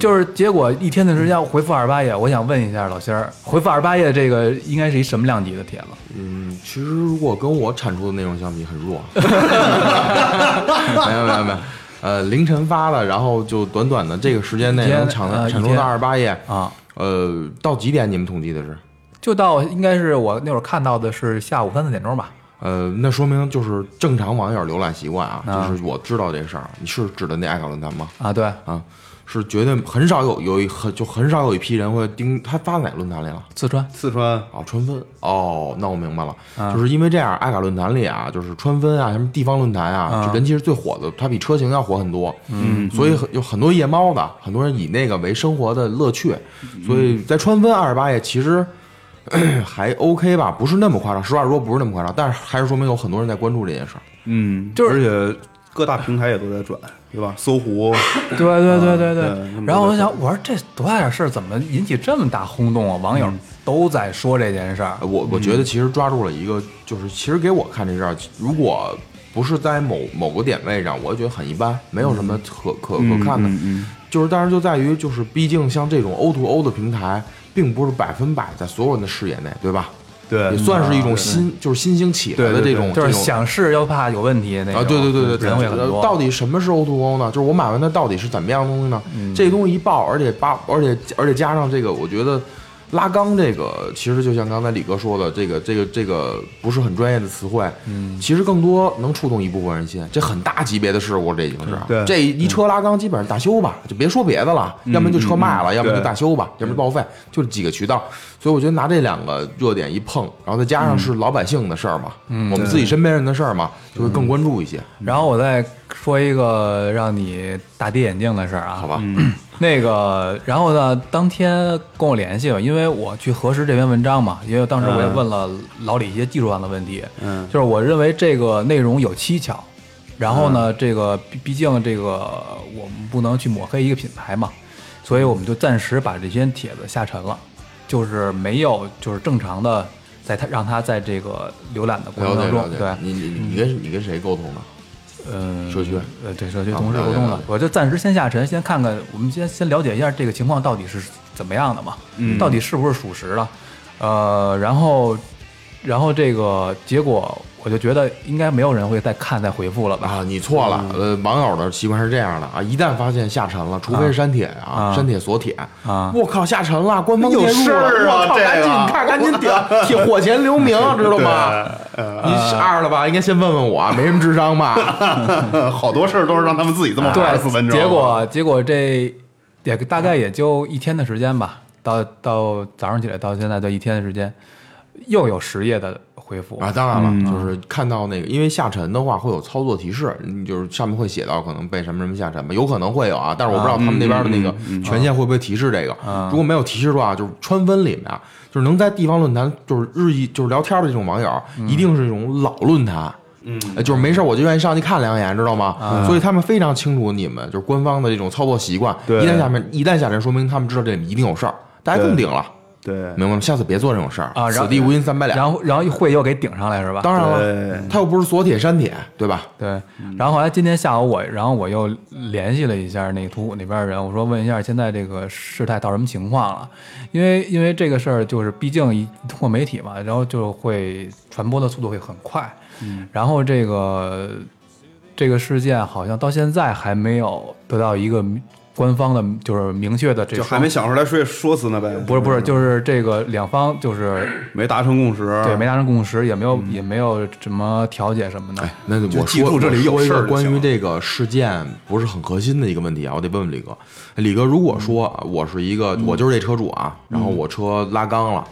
就是结果一天的时间回复二十八页，我想问一下老仙儿，回复二十八页这个应该是一什么量级的帖子？ *laughs* 嗯，其实如果跟我产出的内容相比，很 *laughs* 弱。没有没有没有，呃，凌晨发的，然后就短短的这个时间内一天能产呃产一出天到二十八页嗯啊。呃，到几点你们统计的是？就到应该是我那会儿看到的是下午三四点钟吧，呃，那说明就是正常网友浏览习惯啊，啊就是我知道这事儿，你是指的那爱搞论坛吗？啊，对，啊，是绝对很少有有一很就很少有一批人会盯他发哪论坛里了。四川，四川哦，川分哦，那我明白了，就是因为这样，爱卡论坛里啊，就是川分啊，什么地方论坛啊，这人气是最火的，它比车型要火很多，嗯，所以很有很多夜猫子，很多人以那个为生活的乐趣，所以在川分二十八页其实 *clears throat* 咳咳还 OK 吧，不是那么夸张，实话说不是那么夸张，但是还是说明有很多人在关注这件事儿，嗯，就是而且各大平台也都在转，对吧？搜 *laughs* 狐，对对对对啊对那么然后我多嗯的就想，我说这多大点事儿，怎么引起这么大轰动啊？网嗯友都在说这件事儿，我我嗯觉得其实抓住了一个，就是其实给我看这事儿，如果不是在某某个点位上，我觉得很一般，没有什嗯么可可可看的。就是，但是就在于，就是毕竟像这种 O to O 的平台，并不是百分百在所有人的视野内，对吧？对也，算是一种新，就是新兴起来对的对这种，就是这种想试又怕有问题那种啊，对对对对对，人会很呃多。到底什么是 O to O 呢？就是我买完它到底是怎么样的东西呢？嗯这东西一爆，而且八，而且而且加上这个，我觉得拉缸这个其实就像刚才李哥说的，这个这个这个不是很专业的词汇，嗯，其实更多能触动一部分人心。这很大级别的事故，这已经是对这嗯一车拉缸基本上大修吧，就别说别的了，要么就车卖嗯了，要么就对嗯大修吧，要么就报废，就几个渠道。所以我觉得拿这两个热点一碰，然后再嗯加上是老百姓的事儿嘛，我们自己身边人的事儿嘛，就会嗯更关注一些。然后我再说一个让你大跌眼镜的事儿啊，好吧，嗯那个，然后呢，当天跟我联系了，因为我去核实这篇文章嘛，因为当时我嗯也问了老李一些技术上的问题，嗯，就是我认为这个内容有蹊跷，然后嗯呢，这个毕毕竟这个我们不能去抹黑一个品牌嘛，所以我们就暂时把这篇帖子下沉了，就是没有就是正常的在它让它在这个浏览的过了程解当了中，解。对，你你你跟你跟谁沟通的？嗯，社区呃，对社区啊同事了解沟通了的解，我就暂时先下沉，先看看，我们先先了解一下这个情况到底是怎么样的嘛，嗯到底是不是属实的，呃，然后，然后这个结果，我就觉得应该没有人会再看再回复了吧，啊，你错了。嗯呃，网友的习惯是这样的啊，一旦发现下沉了，除非是删帖啊，啊删帖锁帖啊我靠，下沉了，官方有介入事了，儿我啊靠，这个赶紧看，赶紧 *laughs* 点，铁火前留名，知道吗？你啊是二了吧？应该先问问我，没什么智商吧？呃好多事儿都是让他们自己这么玩死文对，章。结果结果这也大概也就一天的时间吧，到到早上起来到现在就一天的时间，又有十页的回复啊，当然了，就是看到那个，因为下沉的话会有操作提示，你就是上面会写到可能被什么什么下沉吧，有可能会有啊，但是我不知道他们那边的那个权限会不会提示这个。如果没有提示的话，就是川分里面啊，就是能在地方论坛就是日益就是聊天的这种网友，一定是这种老论坛。嗯，就是没事儿我就愿意上去看两眼，知道吗？所以他们非常清楚你们就是官方的这种操作习惯。对一旦下面一旦下沉，说明他们知道这里面一定有事儿，大家更顶了，对，明白吗？下次别做这种事儿啊然后此地无银三百两。然后然后会又给顶上来是吧？当然对了，他又不是锁铁删铁，对吧？对，然后后来今天下午我，然后我又联系了一下那个图虎那边的人，我说问一下现在这个事态到什么情况了，因为因为这个事儿就是毕竟一通过媒体嘛，然后就会传播的速度会很快，然后这个这个事件好像到现在还没有得到一个官方的就是明确的这就个还没想出来说说辞呢呗？不是不是，就是这个两方就是没达成共识，对没达成共识，也没有也没有什么调解什么的。哎那就我记说住这里我说一有事个儿就关行于了这个事件不是很核心的一个问题啊，我得问问李哥。李哥，如果说嗯啊我是一个、我就是这车主啊，然后我车拉缸了，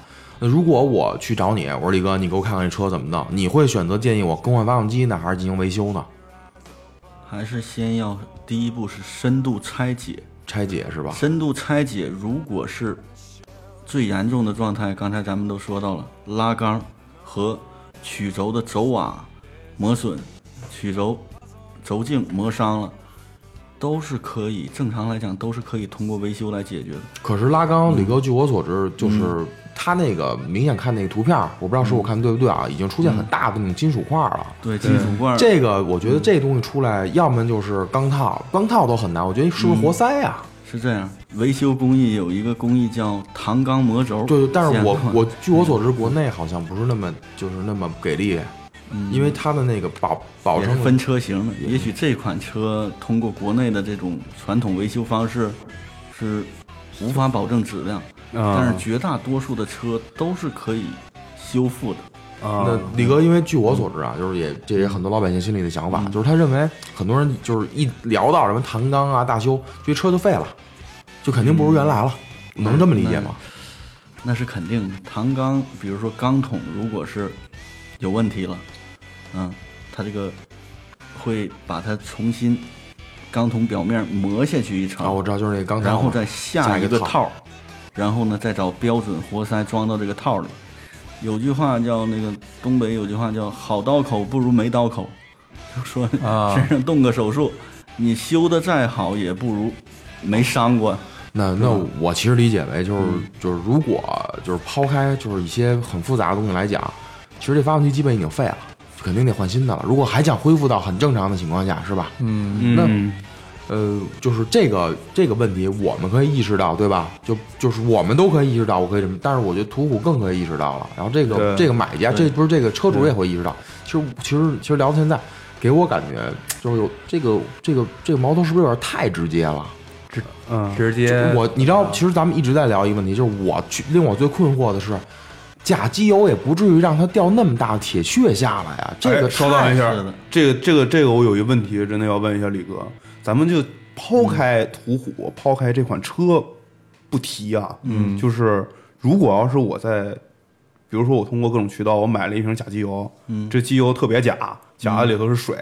那如果我去找你，我说李哥，你给我看看这车怎么弄，你会选择建议我更换发动机呢，还是进行维修呢？还是先要第一步是深度拆解，拆解是吧？深度拆解如果是最严重的状态，刚才咱们都说到了拉缸和曲轴的轴瓦磨损、曲轴轴颈磨伤了，都是可以正常来讲都是可以通过维修来解决的。可是拉嗯缸，李哥，据我所知，就是他那个明显看那个图片，我不知道嗯是我看对不对啊，已经出现很大的那种金属块了。对，金属罐儿这个我觉得这东西出来，要么就是钢套了，钢套都很难，我觉得是不是活塞啊呀、是这样，维修工艺有一个工艺叫唐钢磨轴。对，但是我简化我据我所知，国内好像不是那么就是那么给力，啊嗯因为它的那个保保也是证分车型的。也许这款车通过国内的这种传统维修方式是无法保证质量，嗯啊但是绝大多数的车都是可以修复的。啊那李哥，因为据我所知嗯啊，就是也这也很多老百姓心里的想法，就是他认为很多人就是一聊到什么弹钢啊、大修，这车就废了，就肯定不如原来了，嗯能这么理解吗？那是肯定的。唐钢，比如说钢筒，如果是有问题了，嗯，它这个会把它重新钢筒表面磨下去一层，啊，我知道，就是那钢然套后嘛再下一一个套，套儿，然后呢再找标准活塞装到这个套儿里。有句话叫那个东北有句话叫“好刀口不如没刀口”，就说啊 *laughs* 身上动个手术，你修的再好也不如没伤过。那那我其实理解为就是就是如果就是抛开就是一些很复杂的东西来讲，其实这发动机基本已经废了，肯定得换新的了。如果还想恢复到很正常的情况下，是吧？嗯，嗯那呃，就是这个这个问题，我们可以意识到，对吧？就就是我们都可以意识到，我可以什么？但是我觉得途虎更可以意识到了。然后这个对这个买家，这对不是这个车主也会意识到。其实其实其实聊到现在，给我感觉就是有这个这个这个矛头是不是有点太直接了？嗯直接我你知道，其实咱们一直在聊一个问题，就是我去令我最困惑的是，假机油也不至于让它掉那么大的铁屑下来啊。这哎个稍等太一下是的，这个这个这个，我有一个问题，真的要问一下李哥，咱们就抛开途虎，抛开这款车不提啊，嗯，就是如果要是我在，比如说我通过各种渠道，我买了一瓶假机油，嗯，这机油特别假，假的里头是水，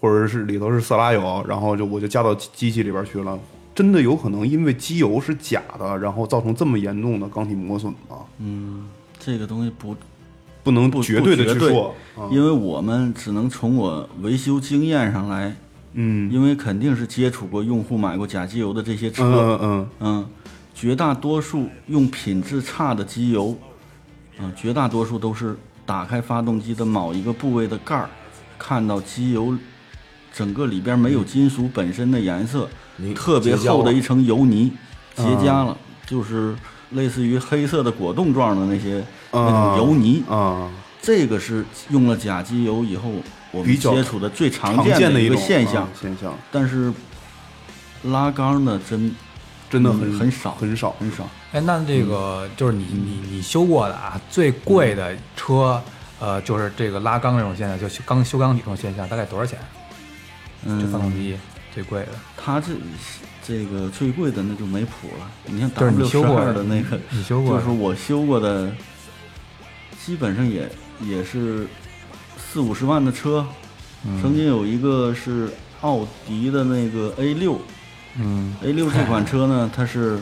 或者是里头是色拉油，然后就我就加到机机器里边去了。真的有可能因为机油是假的，然后造成这么严重的钢体磨损吗？这个东西不不能不绝对的不去绝对说，因为我们只能从我维修经验上来，嗯因为肯定是接触过用户买过假机油的这些车，嗯嗯嗯，嗯，绝大多数用品质差的机油，啊、绝大多数都是打开发动机的某一个部位的盖儿，看到机油整个里边没有金属本身的颜色，你特别结交厚的了一层油泥结痂了，就是类似于黑色的果冻状的那些、那种油泥。啊，这个是用了假机油以后我们比较接触的最常常见的一一个种现啊象，现象但是拉缸的真真的嗯很很少很少。很少。哎，那这嗯个就是你你你修过的啊，最贵的车，呃，就是这个拉缸这种现象，就修钢修钢体这种现象，大概多少钱？啊这发动嗯，机最贵的，它这这个最贵的那就没谱了。你像就是你 W 修十过二的的那个，你 *laughs* 修过就的嗯是我修过的，基本上也也是四五十万的车。嗯曾经有一个是奥迪的那个 A 六嗯，*laughs*，A 六这款车呢，它是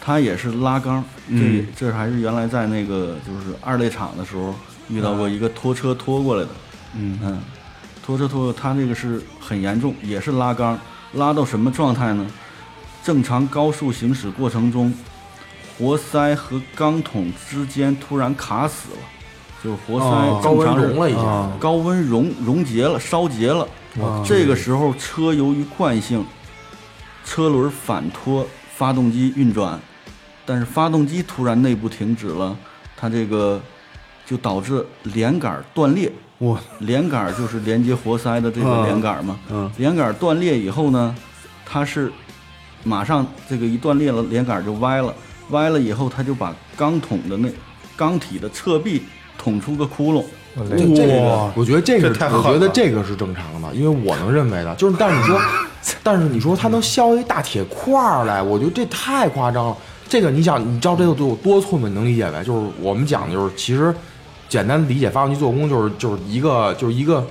它也是拉缸，这嗯这还是原来在那个就是二类厂的时候遇到过一个拖车拖过来的。嗯嗯，拖车拖，它这个是很严重，也是拉缸，拉到什么状态呢？正常高速行驶过程中，活塞和钢筒之间突然卡死了，就是活哦塞高正温常是融了一下，啊高温溶溶结了，烧结了。这个时候车由于惯性，车轮反拖发动机运转，但是发动机突然内部停止了，它这个就导致连杆儿断裂。我连杆儿就是连接活塞的这个嗯连杆儿嘛，嗯连杆儿断裂以后呢，它是马上这个一断裂了，连杆就歪了，歪了以后他就把钢筒的那钢体的侧壁捅出个窟窿，这这个，我觉得这个这太狠我了觉得这个是正常的，因为我能认为的，就是但是你说，但是你说他能削一大铁块儿来，我觉得这太夸张了。这个你想，你知道这个有多寸吗？你能理解呗？就是我们讲的就是，其实简单理解发动机做工就是就是一个就是一个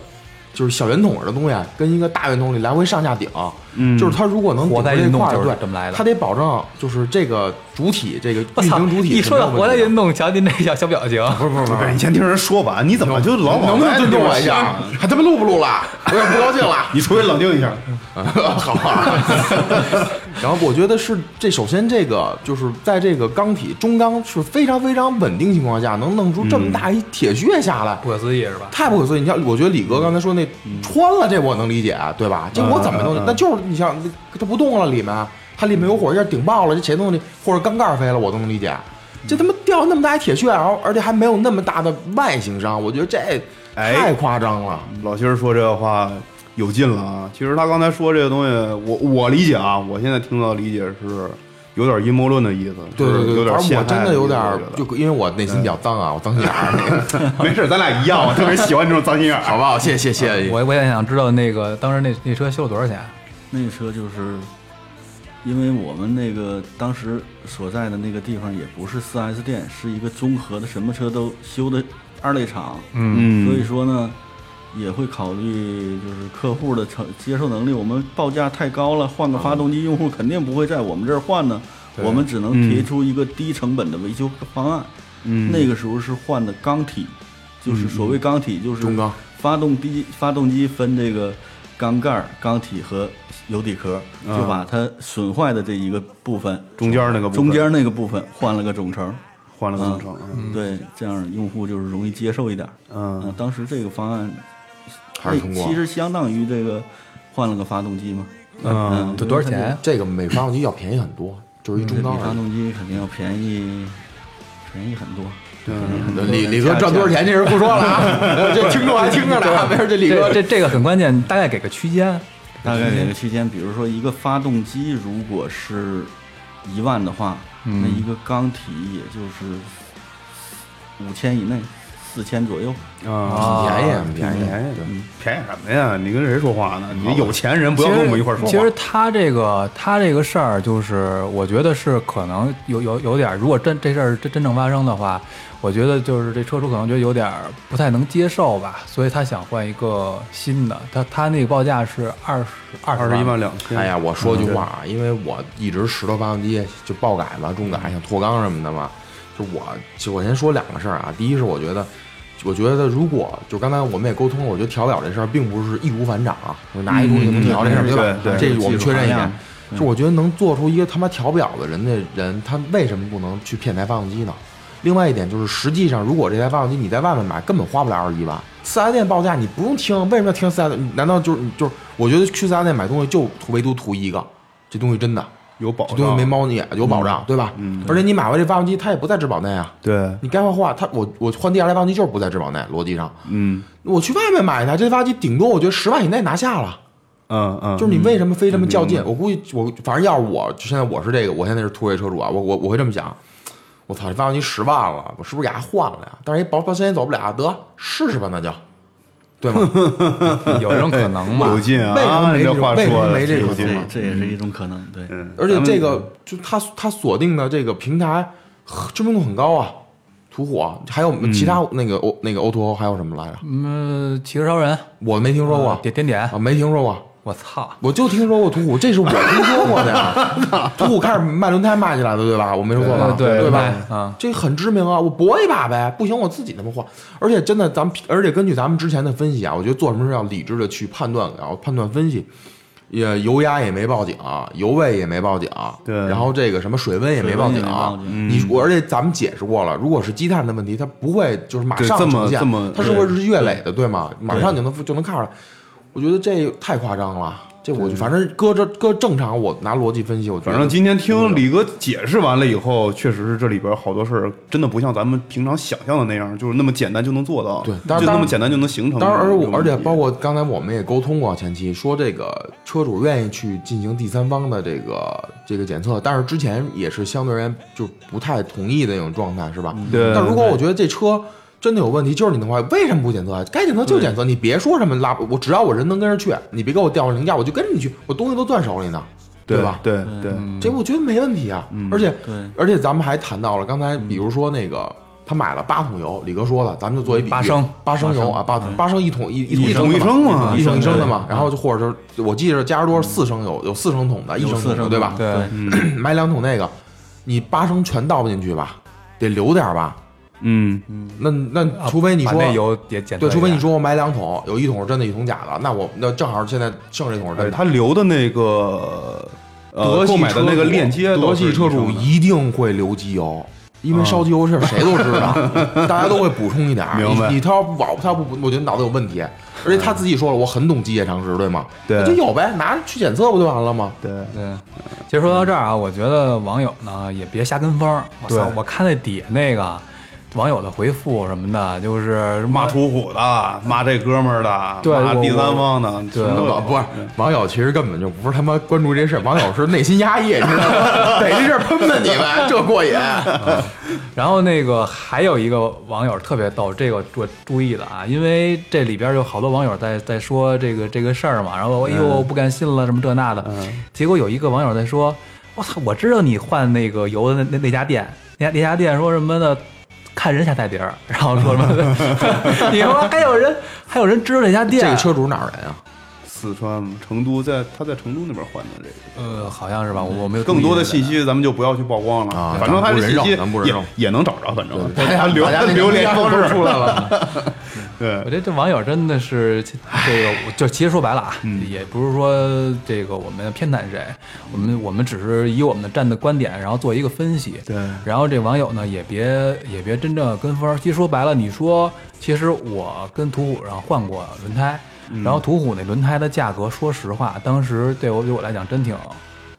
就是小圆筒似的东西，啊跟一个大圆筒里来回上下顶。嗯，就是它如果能活顶塞住这运动块儿，就是对，这么来的它得保证就是这个主体这个我运操！行主体一是说没有到问活塞题的运动，瞧您这小小表情，不是不是不不是是，你先听人说完，你怎啊么就老能往不外能尊重我一下？还他妈录不 *laughs* 录了？我有点不高兴了。 *laughs* 你出去冷静一下。啊好 *laughs* 吧。然后我觉得是这，首先这个就是在这个钢体中钢是非常非常稳定情况下，能弄出这么大一铁屑下来，不可思议是吧？太不可思议。你像我觉得李哥刚才说那穿了，这我能理解，啊对吧？这我怎么嗯嗯嗯能嗯？那就是你像它不动了，里面它里面有火一下顶爆了，这谁能理？或者钢盖飞了，我都能理解。啊这他妈掉那么大一铁屑，然后而且还没有那么大的外形伤，我觉得这哎太夸张了。老新儿说这话有劲了啊！其实他刚才说这个东西，我我理解啊，我现在听到理解是有点阴谋论的意思，对对就是对，有点反正陷我害真的有点儿我觉得就因为我内心比较脏啊，我脏心眼嗯儿，那个 *laughs* 没事，咱俩一样，我特别喜欢这种脏心眼儿。 *laughs* 好不好？谢谢谢谢。我我也想知道那个当时那那车修了多少钱？啊那车就是，因为我们那个当时所在的那个地方也不是 4S 店，是一个综合的，什么车都修的二类厂，嗯所以说呢，也会考虑就是客户的承接受能力。我们报价太高了，换个发动机，用户肯定不会在我们这儿换呢。我们只能提出一个低成本的维修方案。嗯那个时候是换的钢体，就是所谓钢体，就是中钢发动机发动机分这个钢盖儿、钢体和油底壳，就把它损坏的这一个部分， *laughs* 中间那啊个部分中间那个部分换了个总成。换了个总成，嗯对，这样用户就是容易接受一点儿。嗯啊，当时这个方案哎还是通过那其实相当于这个换了个发动机嘛。嗯，这多少钱？这个比发动机要便宜很多，就是一中比钢发而已。动机肯定要便宜，便宜很多。嗯李李哥赚多少钱这人不说了 *laughs* 啊，这听众还听着呢。啊没事，这李哥这这这个很关键，大概给个区间。大概这个区间，比如说一个发动机如果是一万的话，那一个钢体也就是五千以内，四千左右。啊，便宜很便便宜宜。啊嗯便宜什么呀？你跟谁说话呢？你有钱人不要跟我们一块儿说话。其实他这个他这个事儿，就是我觉得是可能有有有点儿，如果真这事儿真真正发生的话，我觉得就是这车主可能觉得有点儿不太能接受吧，所以他想换一个新的。他他那个报价是二十二二十一万两千，哎呀，我说嗯句话啊，因为我一直石头发动机就爆改嘛，中改像拓缸什么的嘛，就我就我先说两个事儿啊。第一是我觉得，我觉得如果就刚才我们也沟通了，我觉得调表这事儿并不是易如反掌啊，就拿一东西就能调这事儿，嗯对吧？对对这是我们确认一技术含下量。就我觉得能做出一个他妈调表的人的人，他为什么不能去骗台发动机呢？另外一点就是，实际上如果这台发动机你在外面买，根本花不了二十一万。四 S 店报价你不用听，为什么要听四 S 店？难道就是就是？我觉得去四 S 店买东西就唯独图一个，这东西真的，有保这障，东西没猫腻，有保障，对吧？嗯。而且你买回这发动机，它也不在质保内啊。对，你该换换，它我我换第二台发动机就是不在质保内，逻辑上，嗯我去外面买一台，这发动机顶多我觉得十万以内拿下了。嗯嗯，就是你为什么非这么较劲？我估计我反正要是我，就现在我是这个，我现在是突围车主啊，我我我会这么想，我操，这发动机十万了，我是不是给它换了呀？但是也保保险也走不了，啊得试试吧，那就，对吗？ *laughs* 有这种可能吗？有劲啊！为什么没这这话种说的为什么没这种有这劲啊？这也是一种可能，对。嗯而且这个就它它锁定的这个平台呵知名度很高啊，途虎，还有其他那个欧、那个 O to O 还有什么来着？嗯，骑车超人我没听说过，点点点啊，，没听说过。我操！我就听说过途虎，这是我听说过的 *laughs* 呀。途虎开始卖轮胎卖起来的，对吧？我没说错吧？对对吧？对嗯这很知名啊，我搏一把呗，不行我自己他妈换。而且真的，咱们而且根据咱们之前的分析啊，我觉得做什么事要理智的去判断，然后判断分析。也油压也没报警，油位也没报警，对然后这个什么水温也没报啊水温也没报警嗯你我而且咱们解释过了，如果是积碳的问题，它不会就是马上对这么呈现这么它是会是月累的，对吗？马上就能就能看出来。我觉得这太夸张了。这我就反正搁这搁正常，我拿逻辑分析，我觉得反正今天听李哥解释完了以后，确实是这里边好多事儿真的不像咱们平常想象的那样，就是那么简单就能做到，对当然就那么简单就能形成。当然，而这我种而且问题包括刚才我们也沟通过前期说这个车主愿意去进行第三方的这个这个检测，但是之前也是相对而言就不太同意的那种状态，是吧？对但如果我觉得这车真的有问题，就是你的话，为什么不检测啊？该检测就检测，你别说什么拉，我只要我人能跟着去，你别给我调换零件，我就跟着你去，我东西都攥手里呢，对吧？嗯对对，这我觉得没问题啊。而且对而且咱们还谈到了刚才，比如说那个。他买了八桶油，李哥说了，咱们就做一比喻，八升八升油啊，八八升一桶一一桶桶一一升嘛一桶一对升的嘛。然后就或者是我记着加多少四升油，有四升桶的，一有升四桶的升对吧？对， *clears throat* 买两桶那个，你八升全倒不进去吧，得留点吧。嗯，那那除非你把说那油也啊检测对，一下除非你说我买两桶，有一桶是真的，一桶假的，那我那正好现在剩这桶是哎，真的。他留的那个呃德系购买的那车个主链接德都是系一车升的，主一定会留机油，因为烧机油这事儿谁都知道， *laughs* 大家都会补充一点儿。嗯明白你你他要不保，他不补，我觉得脑子有问题。而且他自己说了，我很懂机械常识，对吗？对那就有呗，拿着去检测不就完了吗？对，对，其实说到这儿啊，我觉得网友呢也别瞎跟风儿。我操对，我看那底下那个网友的回复什么的，就是骂途虎的，骂这哥们儿的，对骂我第三方的，什对么都有网不是网友，其实根本就不是他妈关注这事儿，网友是内心压抑，你知道吗？逮这事儿喷喷你们，这过 *laughs* 瘾。嗯然后那个还有一个网友特别逗，这个我注意的啊，因为这里边有好多网友在在说这个这个事儿嘛，然后我哎嗯呦不敢信了什么这那的，结果有一个网友在说，我操，我知道你换那个油的那那那家店，那家那家店说什么的。看人下菜碟儿，然后说什么？ *laughs* 你说还有人，还有人知道这家店？这个车主哪儿人啊？四川成都在他在成都那边换的这个，呃，好像是吧？我我没有嗯更多的注意信这个。息咱们就不要去曝光了，啊反正他咱的不人信肉息咱不人也肉也能找着，反正 *laughs* 对家留大家那留哎连都方式出来了。对我觉得这网友真的是这个，我就其实说白了啊，嗯也不是说这个我们偏袒谁，我们我们只是以我们的站的观点，然后做一个分析。对然后这网友呢，也别也别真正跟风儿。其实说白了，你说，其实我跟途虎上换过轮胎，嗯然后途虎那轮胎的价格，说实话，当时对我对我来讲真挺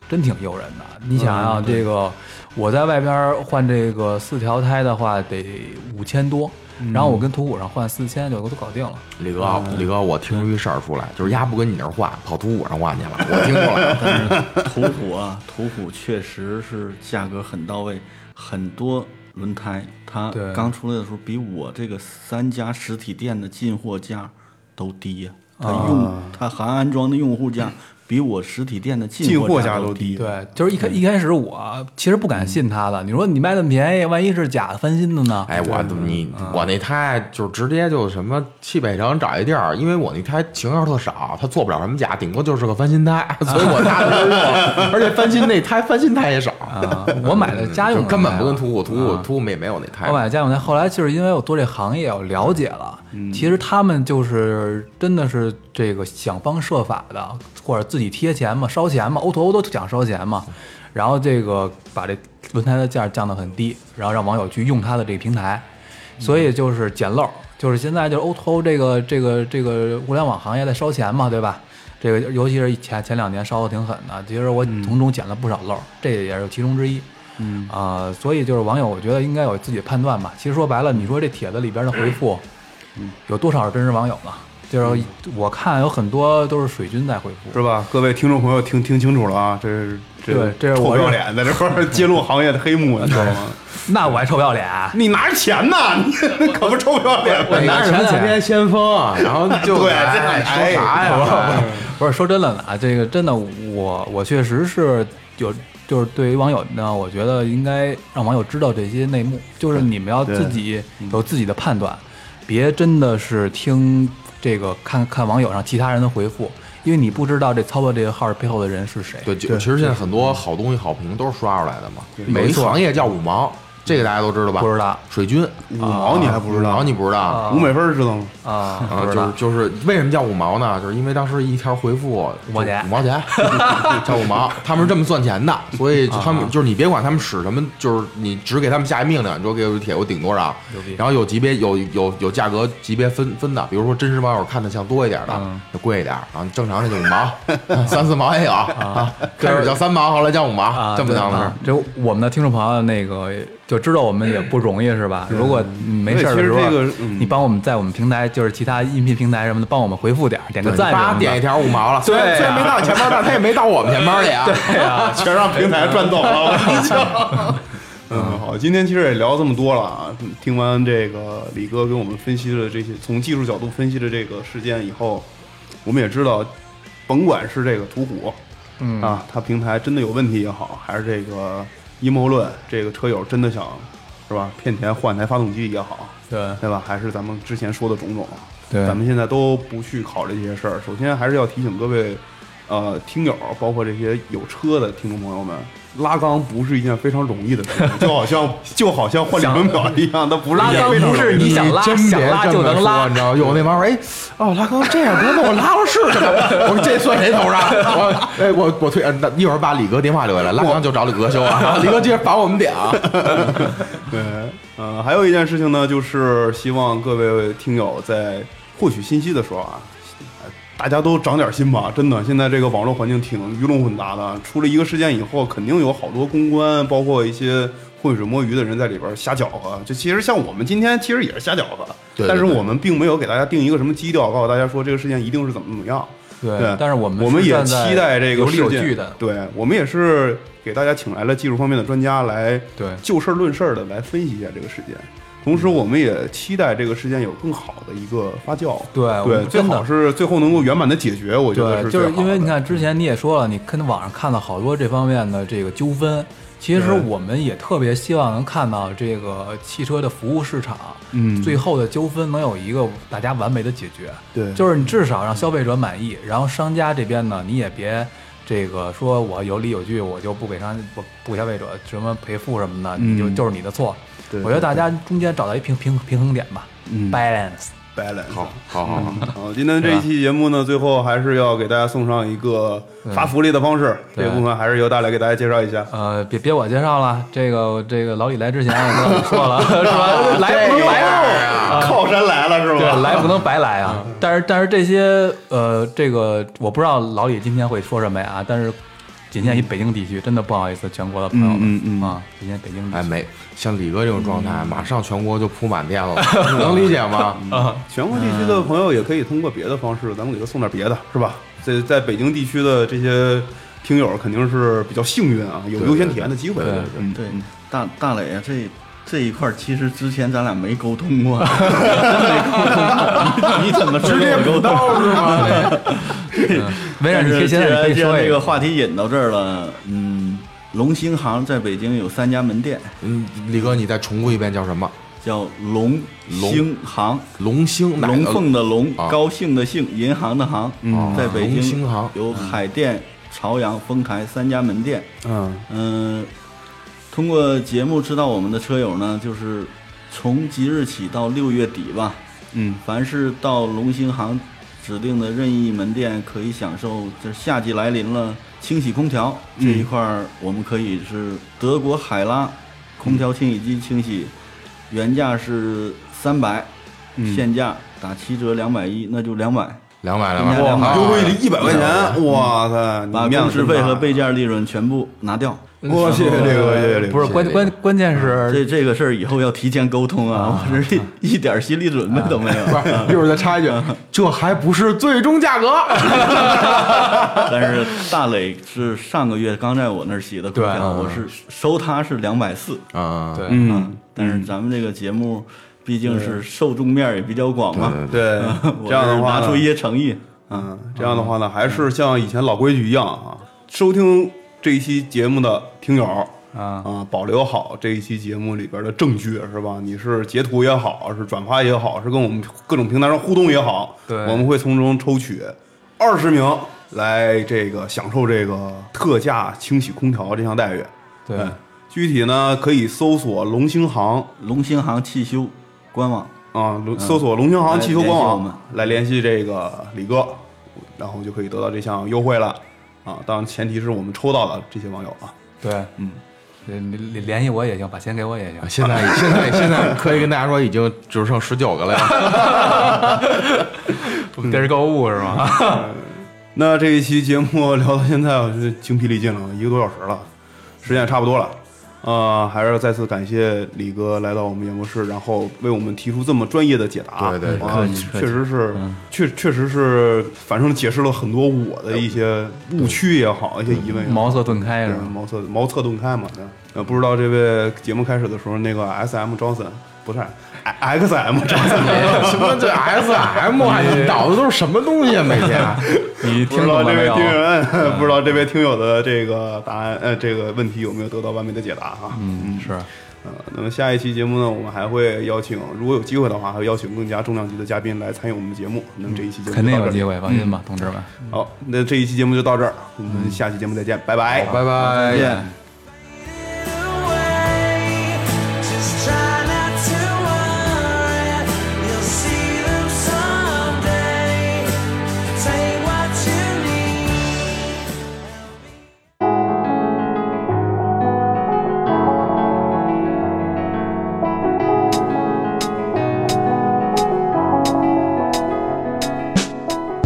真挺诱人的。你想想、嗯这个我在外边儿换这个四条胎的话，得五千多，嗯然后我跟途虎上换四千就都搞定 *laughs* 了。李哥，李哥，我听出一事儿出来，就是丫不跟你那儿换，跑图我上换去了，我听出来了。途虎啊， *laughs* 途虎确实是价格很到位，很多轮胎它对刚出来的时候比我这个三家实体店的进货价都低呀、它用、它含安装的用户价比我实体店的进货价价都低。低，对，就是一嗯开一开始我其实不敢信他的。你说你卖那么便宜，万一是假的翻新的呢？哎，我你我那胎就直接就什么去北城找一地儿，因为我那胎型号特少，它做不了什么假，顶多就是个翻新胎， *laughs* 所以我拿的就是这个而且翻新那胎翻新胎也少，啊，我买的家用就根本不跟途途虎，途虎途虎没没有那胎我。买家用胎，后来就是因为我做这行业，我了解了，其实他们就是真的是这个想方设法的，或者自己贴钱嘛、烧钱嘛，O to O 都想烧钱嘛，然后这个把这轮胎的价降得很低，然后让网友去用他的这个平台，所以就是捡漏，就是现在就是 O to O 这个这个这个互联网行业在烧钱嘛，对吧？这个尤其是前前两年烧的挺狠的，其实我从中捡了不少漏，这也是其中之一。嗯啊、所以就是网友，我觉得应该有自己的判断吧。其实说白了，你说这帖子里边的回复，有多少是真实网友呢？就是我看有很多都是水军在回复，是吧？各位听众朋友听听清楚了啊，这是对这是臭我不要脸在这块儿揭露行业的黑幕，你知道吗？ *laughs* 那我还臭不要脸，啊你拿着钱呢，你 *laughs* 可不臭不要脸吗？我拿着钱前天先锋啊，然后就对哎这哎说啥呀？ *laughs* 不是说真的呢啊，这个真的，我我确实是有，就是对于网友呢，我觉得应该让网友知道这些内幕，就是你们要自己有自己的判断，别真的是听这个看看网友上其他人的回复，因为你不知道这操作这个号背后的人是谁。对，就其实现在很多好东西、好评都是刷出来的嘛。有一没错行业叫五毛，这个大家都知道吧？不知道水军，五毛你还不知然后道？你不知道。五美分知道吗？啊，啊不，知就道是就是为什么叫五毛呢？就是因为当时一条回复五毛钱五毛钱叫五毛，他们是这么算钱的，所啊以就他们就是你别管他们使什么，就是你只给他们下一命令，你说给我铁我顶多少牛逼，然后有级别有有有价格级别分分的，比如说真实网友看的像多一点的嗯就贵一点啊，正常的就五 *laughs* 毛，三四毛也有啊，开始叫三毛，后来叫五毛，啊，这么当的对啊。这我们的听众朋友，那个就知道我们也不容易，是吧？如果没事儿的时嗯候对其实这个，嗯你帮我们在我们平台，就是其他音频平台什么的，帮我们回复点儿，点个赞什八么点一的。条五毛了，虽然对啊虽然没到你钱包，但他也没到我们钱包里啊。对呀，全让平台赚走了，我跟你讲。嗯，好，今天其实也聊这么多了啊。听完这个李哥给我们分析的这些，从技术角度分析的这个事件以后，我们也知道，甭管是这个途虎，嗯啊，它平台真的有问题也好，还是这个阴谋论，这个车友真的想是吧骗钱换台发动机也好，对对吧？还是咱们之前说的种种，对咱们现在都不去考虑这些事儿。首先还是要提醒各位，呃，听友，包括这些有车的听众朋友们，拉缸不是一件非常容易的事 *laughs* 情，就好像就好像换两轮表一样，它不是一拉件缸非常不容易的是事你想拉真想别拉这就么能说拉你知，道吗？有那帮人，哎，哦，拉缸这样，不是那我拉了试试吧？ *laughs* 我说这算谁头上？我 *laughs* 哎，我我推，呃那一会儿把李哥电话留下来，拉缸就找李哥修啊。 *laughs* 李哥接着罚我们点啊。对，呃，还有一件事情呢，就是希望各位听友在获取信息的时候啊，大家都长点心吧。真的，现在这个网络环境挺鱼龙混杂的，出了一个事件以后，肯定有好多公关，包括一些浑水摸鱼的人在里边瞎搅和。就其实像我们今天其实也是瞎搅和，对对但是对我们并没有给大家定一个什么基调，告诉大家说这个事件一定是怎么怎么样。对对，但是我们我我们也期待这个有理有事件据的，对我们也是给大家请来了技术方面的专家来对就事论事的来分析一下这个事件。同时，我们也期待这个事件有更好的一个发酵。对我对，们最真的好是最后能够圆满的解决，我觉得对，是最就好是的嗯因为你，看之前你也说了，你跟网上看到好多这方面的这个纠纷，其实对我们也特别希望能看到这个汽车的服务市场，嗯最后的纠纷能有一个大家完美的解决。对就是你至少让消费者满意，然后商家这边呢，你也别。这个说我有理有据，我就不给商不不给消费者什么赔付什么的，你就嗯就是你的错。对我觉得大家中间找到一平平平衡点吧、嗯 b a l a n c e balance。好，好好好， *laughs* 好，今天这一啊期节目呢，最后还是要给大家送上一个发福利的方式，这对部分还是由大来给大家介绍一下。呃，别别我介绍了，这个这个老李来之前我跟你说了，是吧？来不能白来啊，靠山来了是对，？来不能白来啊！ *laughs* 但是但是这些呃，这个我不知道老李今天会说什么呀，但是仅限于北京地区，真的不好意思，全国的朋友们嗯嗯嗯啊，仅限北京地哎，区。没像李哥这种状态，马上全国就铺满店了， *laughs* 能理解吗？全国地区的朋友也可以通过别的方式，咱们给他送点别的，是吧？在在北京地区的这些听友肯定是比较幸运啊，有对优先体验的机会。对对嗯对，大大磊啊，这这一块儿其实之前咱俩没沟通过， *laughs* 真没沟通过你你怎么直接沟通？嗯微 *laughs* 但软，你可是以既现在你然可以既然说一这个话题引到这儿了，嗯，龙兴行在北京有三家门店，嗯，李哥，你再重复一遍叫什么？叫龙兴行，龙兴哪个龙凤的龙，哦啊高兴的兴，银行的行，嗯在北龙京兴行嗯有海淀、朝阳、丰台三家门店。嗯，嗯，通过节目知道我们的车友呢，就是从即日起到六月底吧，嗯，凡是到龙兴行指定的任意门店，可以享受就是夏季来临了，清洗空调这一块儿，我们可以是德国海拉空调清洗机清洗，原价是三百、现价打七折两百一，那就两百。两百两百，啊哇好 *laughs* 优惠了一百块钱，哇塞，啊把你面工子时真费大和备件利润全部拿掉，我谢谢这个，谢谢这个，不是关关关键这是这个事儿以后要提前沟通啊，我这一点心理准备都没有。啊 *laughs* 一会儿再插 *laughs* 一句，这还不是最终价格。但是大磊是上个月刚在我那儿洗的空对调，嗯我是收他是两百四，啊，对，啊嗯，但是咱们这个节目毕竟是受众面儿也比较广嘛，对 *laughs* ，我这样的是话拿呢出一些诚意。嗯，这样的话呢，还是像以前老规矩一样啊，收听这一期节目的听友啊保留好这一期节目里边的证据是吧？你是截图也好，是转发也好，是跟我们各种平台上互动也好，对我们会从中抽取二十名来这个享受这个特价清洗空调这项待遇。对嗯具体呢可以搜索龙兴行龙兴行汽修官网，啊，龙搜索龙兴行汽修官嗯来联系我们网来联系这个李哥，然后就可以得到这项优惠了啊。当然前提是我们抽到了这些网友啊。对，嗯，联联联系我也行，把钱给我也行。啊现在现在现在可以跟大家说，已经只剩十九个了呀。 *laughs* 电视购物是吗？那这一期节目聊到现在，我觉得精疲力尽了，一个多小时了，时间也差不多了。呃，还是再次感谢李哥来到我们演播室，然后为我们提出这么专业的解答。对对对啊客气客气嗯确实是，确确实是，反正解释了很多我的一些误区也好，一些疑问也好。茅塞顿开是对吗？茅塞茅塞顿开嘛。对呃，不知道这位节目开始的时候，那个 S M Johnson 不是哎 X M *laughs* Johnson，什么这 S M 啊，你导的都是什么东西啊？每天你不听知懂道了这没位有嗯听？友， *laughs* 不知道这位听友的这个答案，呃，这个问题有没有得到完美的解答啊？嗯，是，呃，那么下一期节目呢，我们还会邀请，如果有机会的话，还会邀请更加重量级的嘉宾来参与我们的节目。那么这一期节目肯定就有到这机儿。会，放心吧，同志们。好，那这一期节目就到这儿，我嗯们下期节目再见，拜拜。拜哎拜。见。 Just try not to worry. You'll see them someday. Take what you need.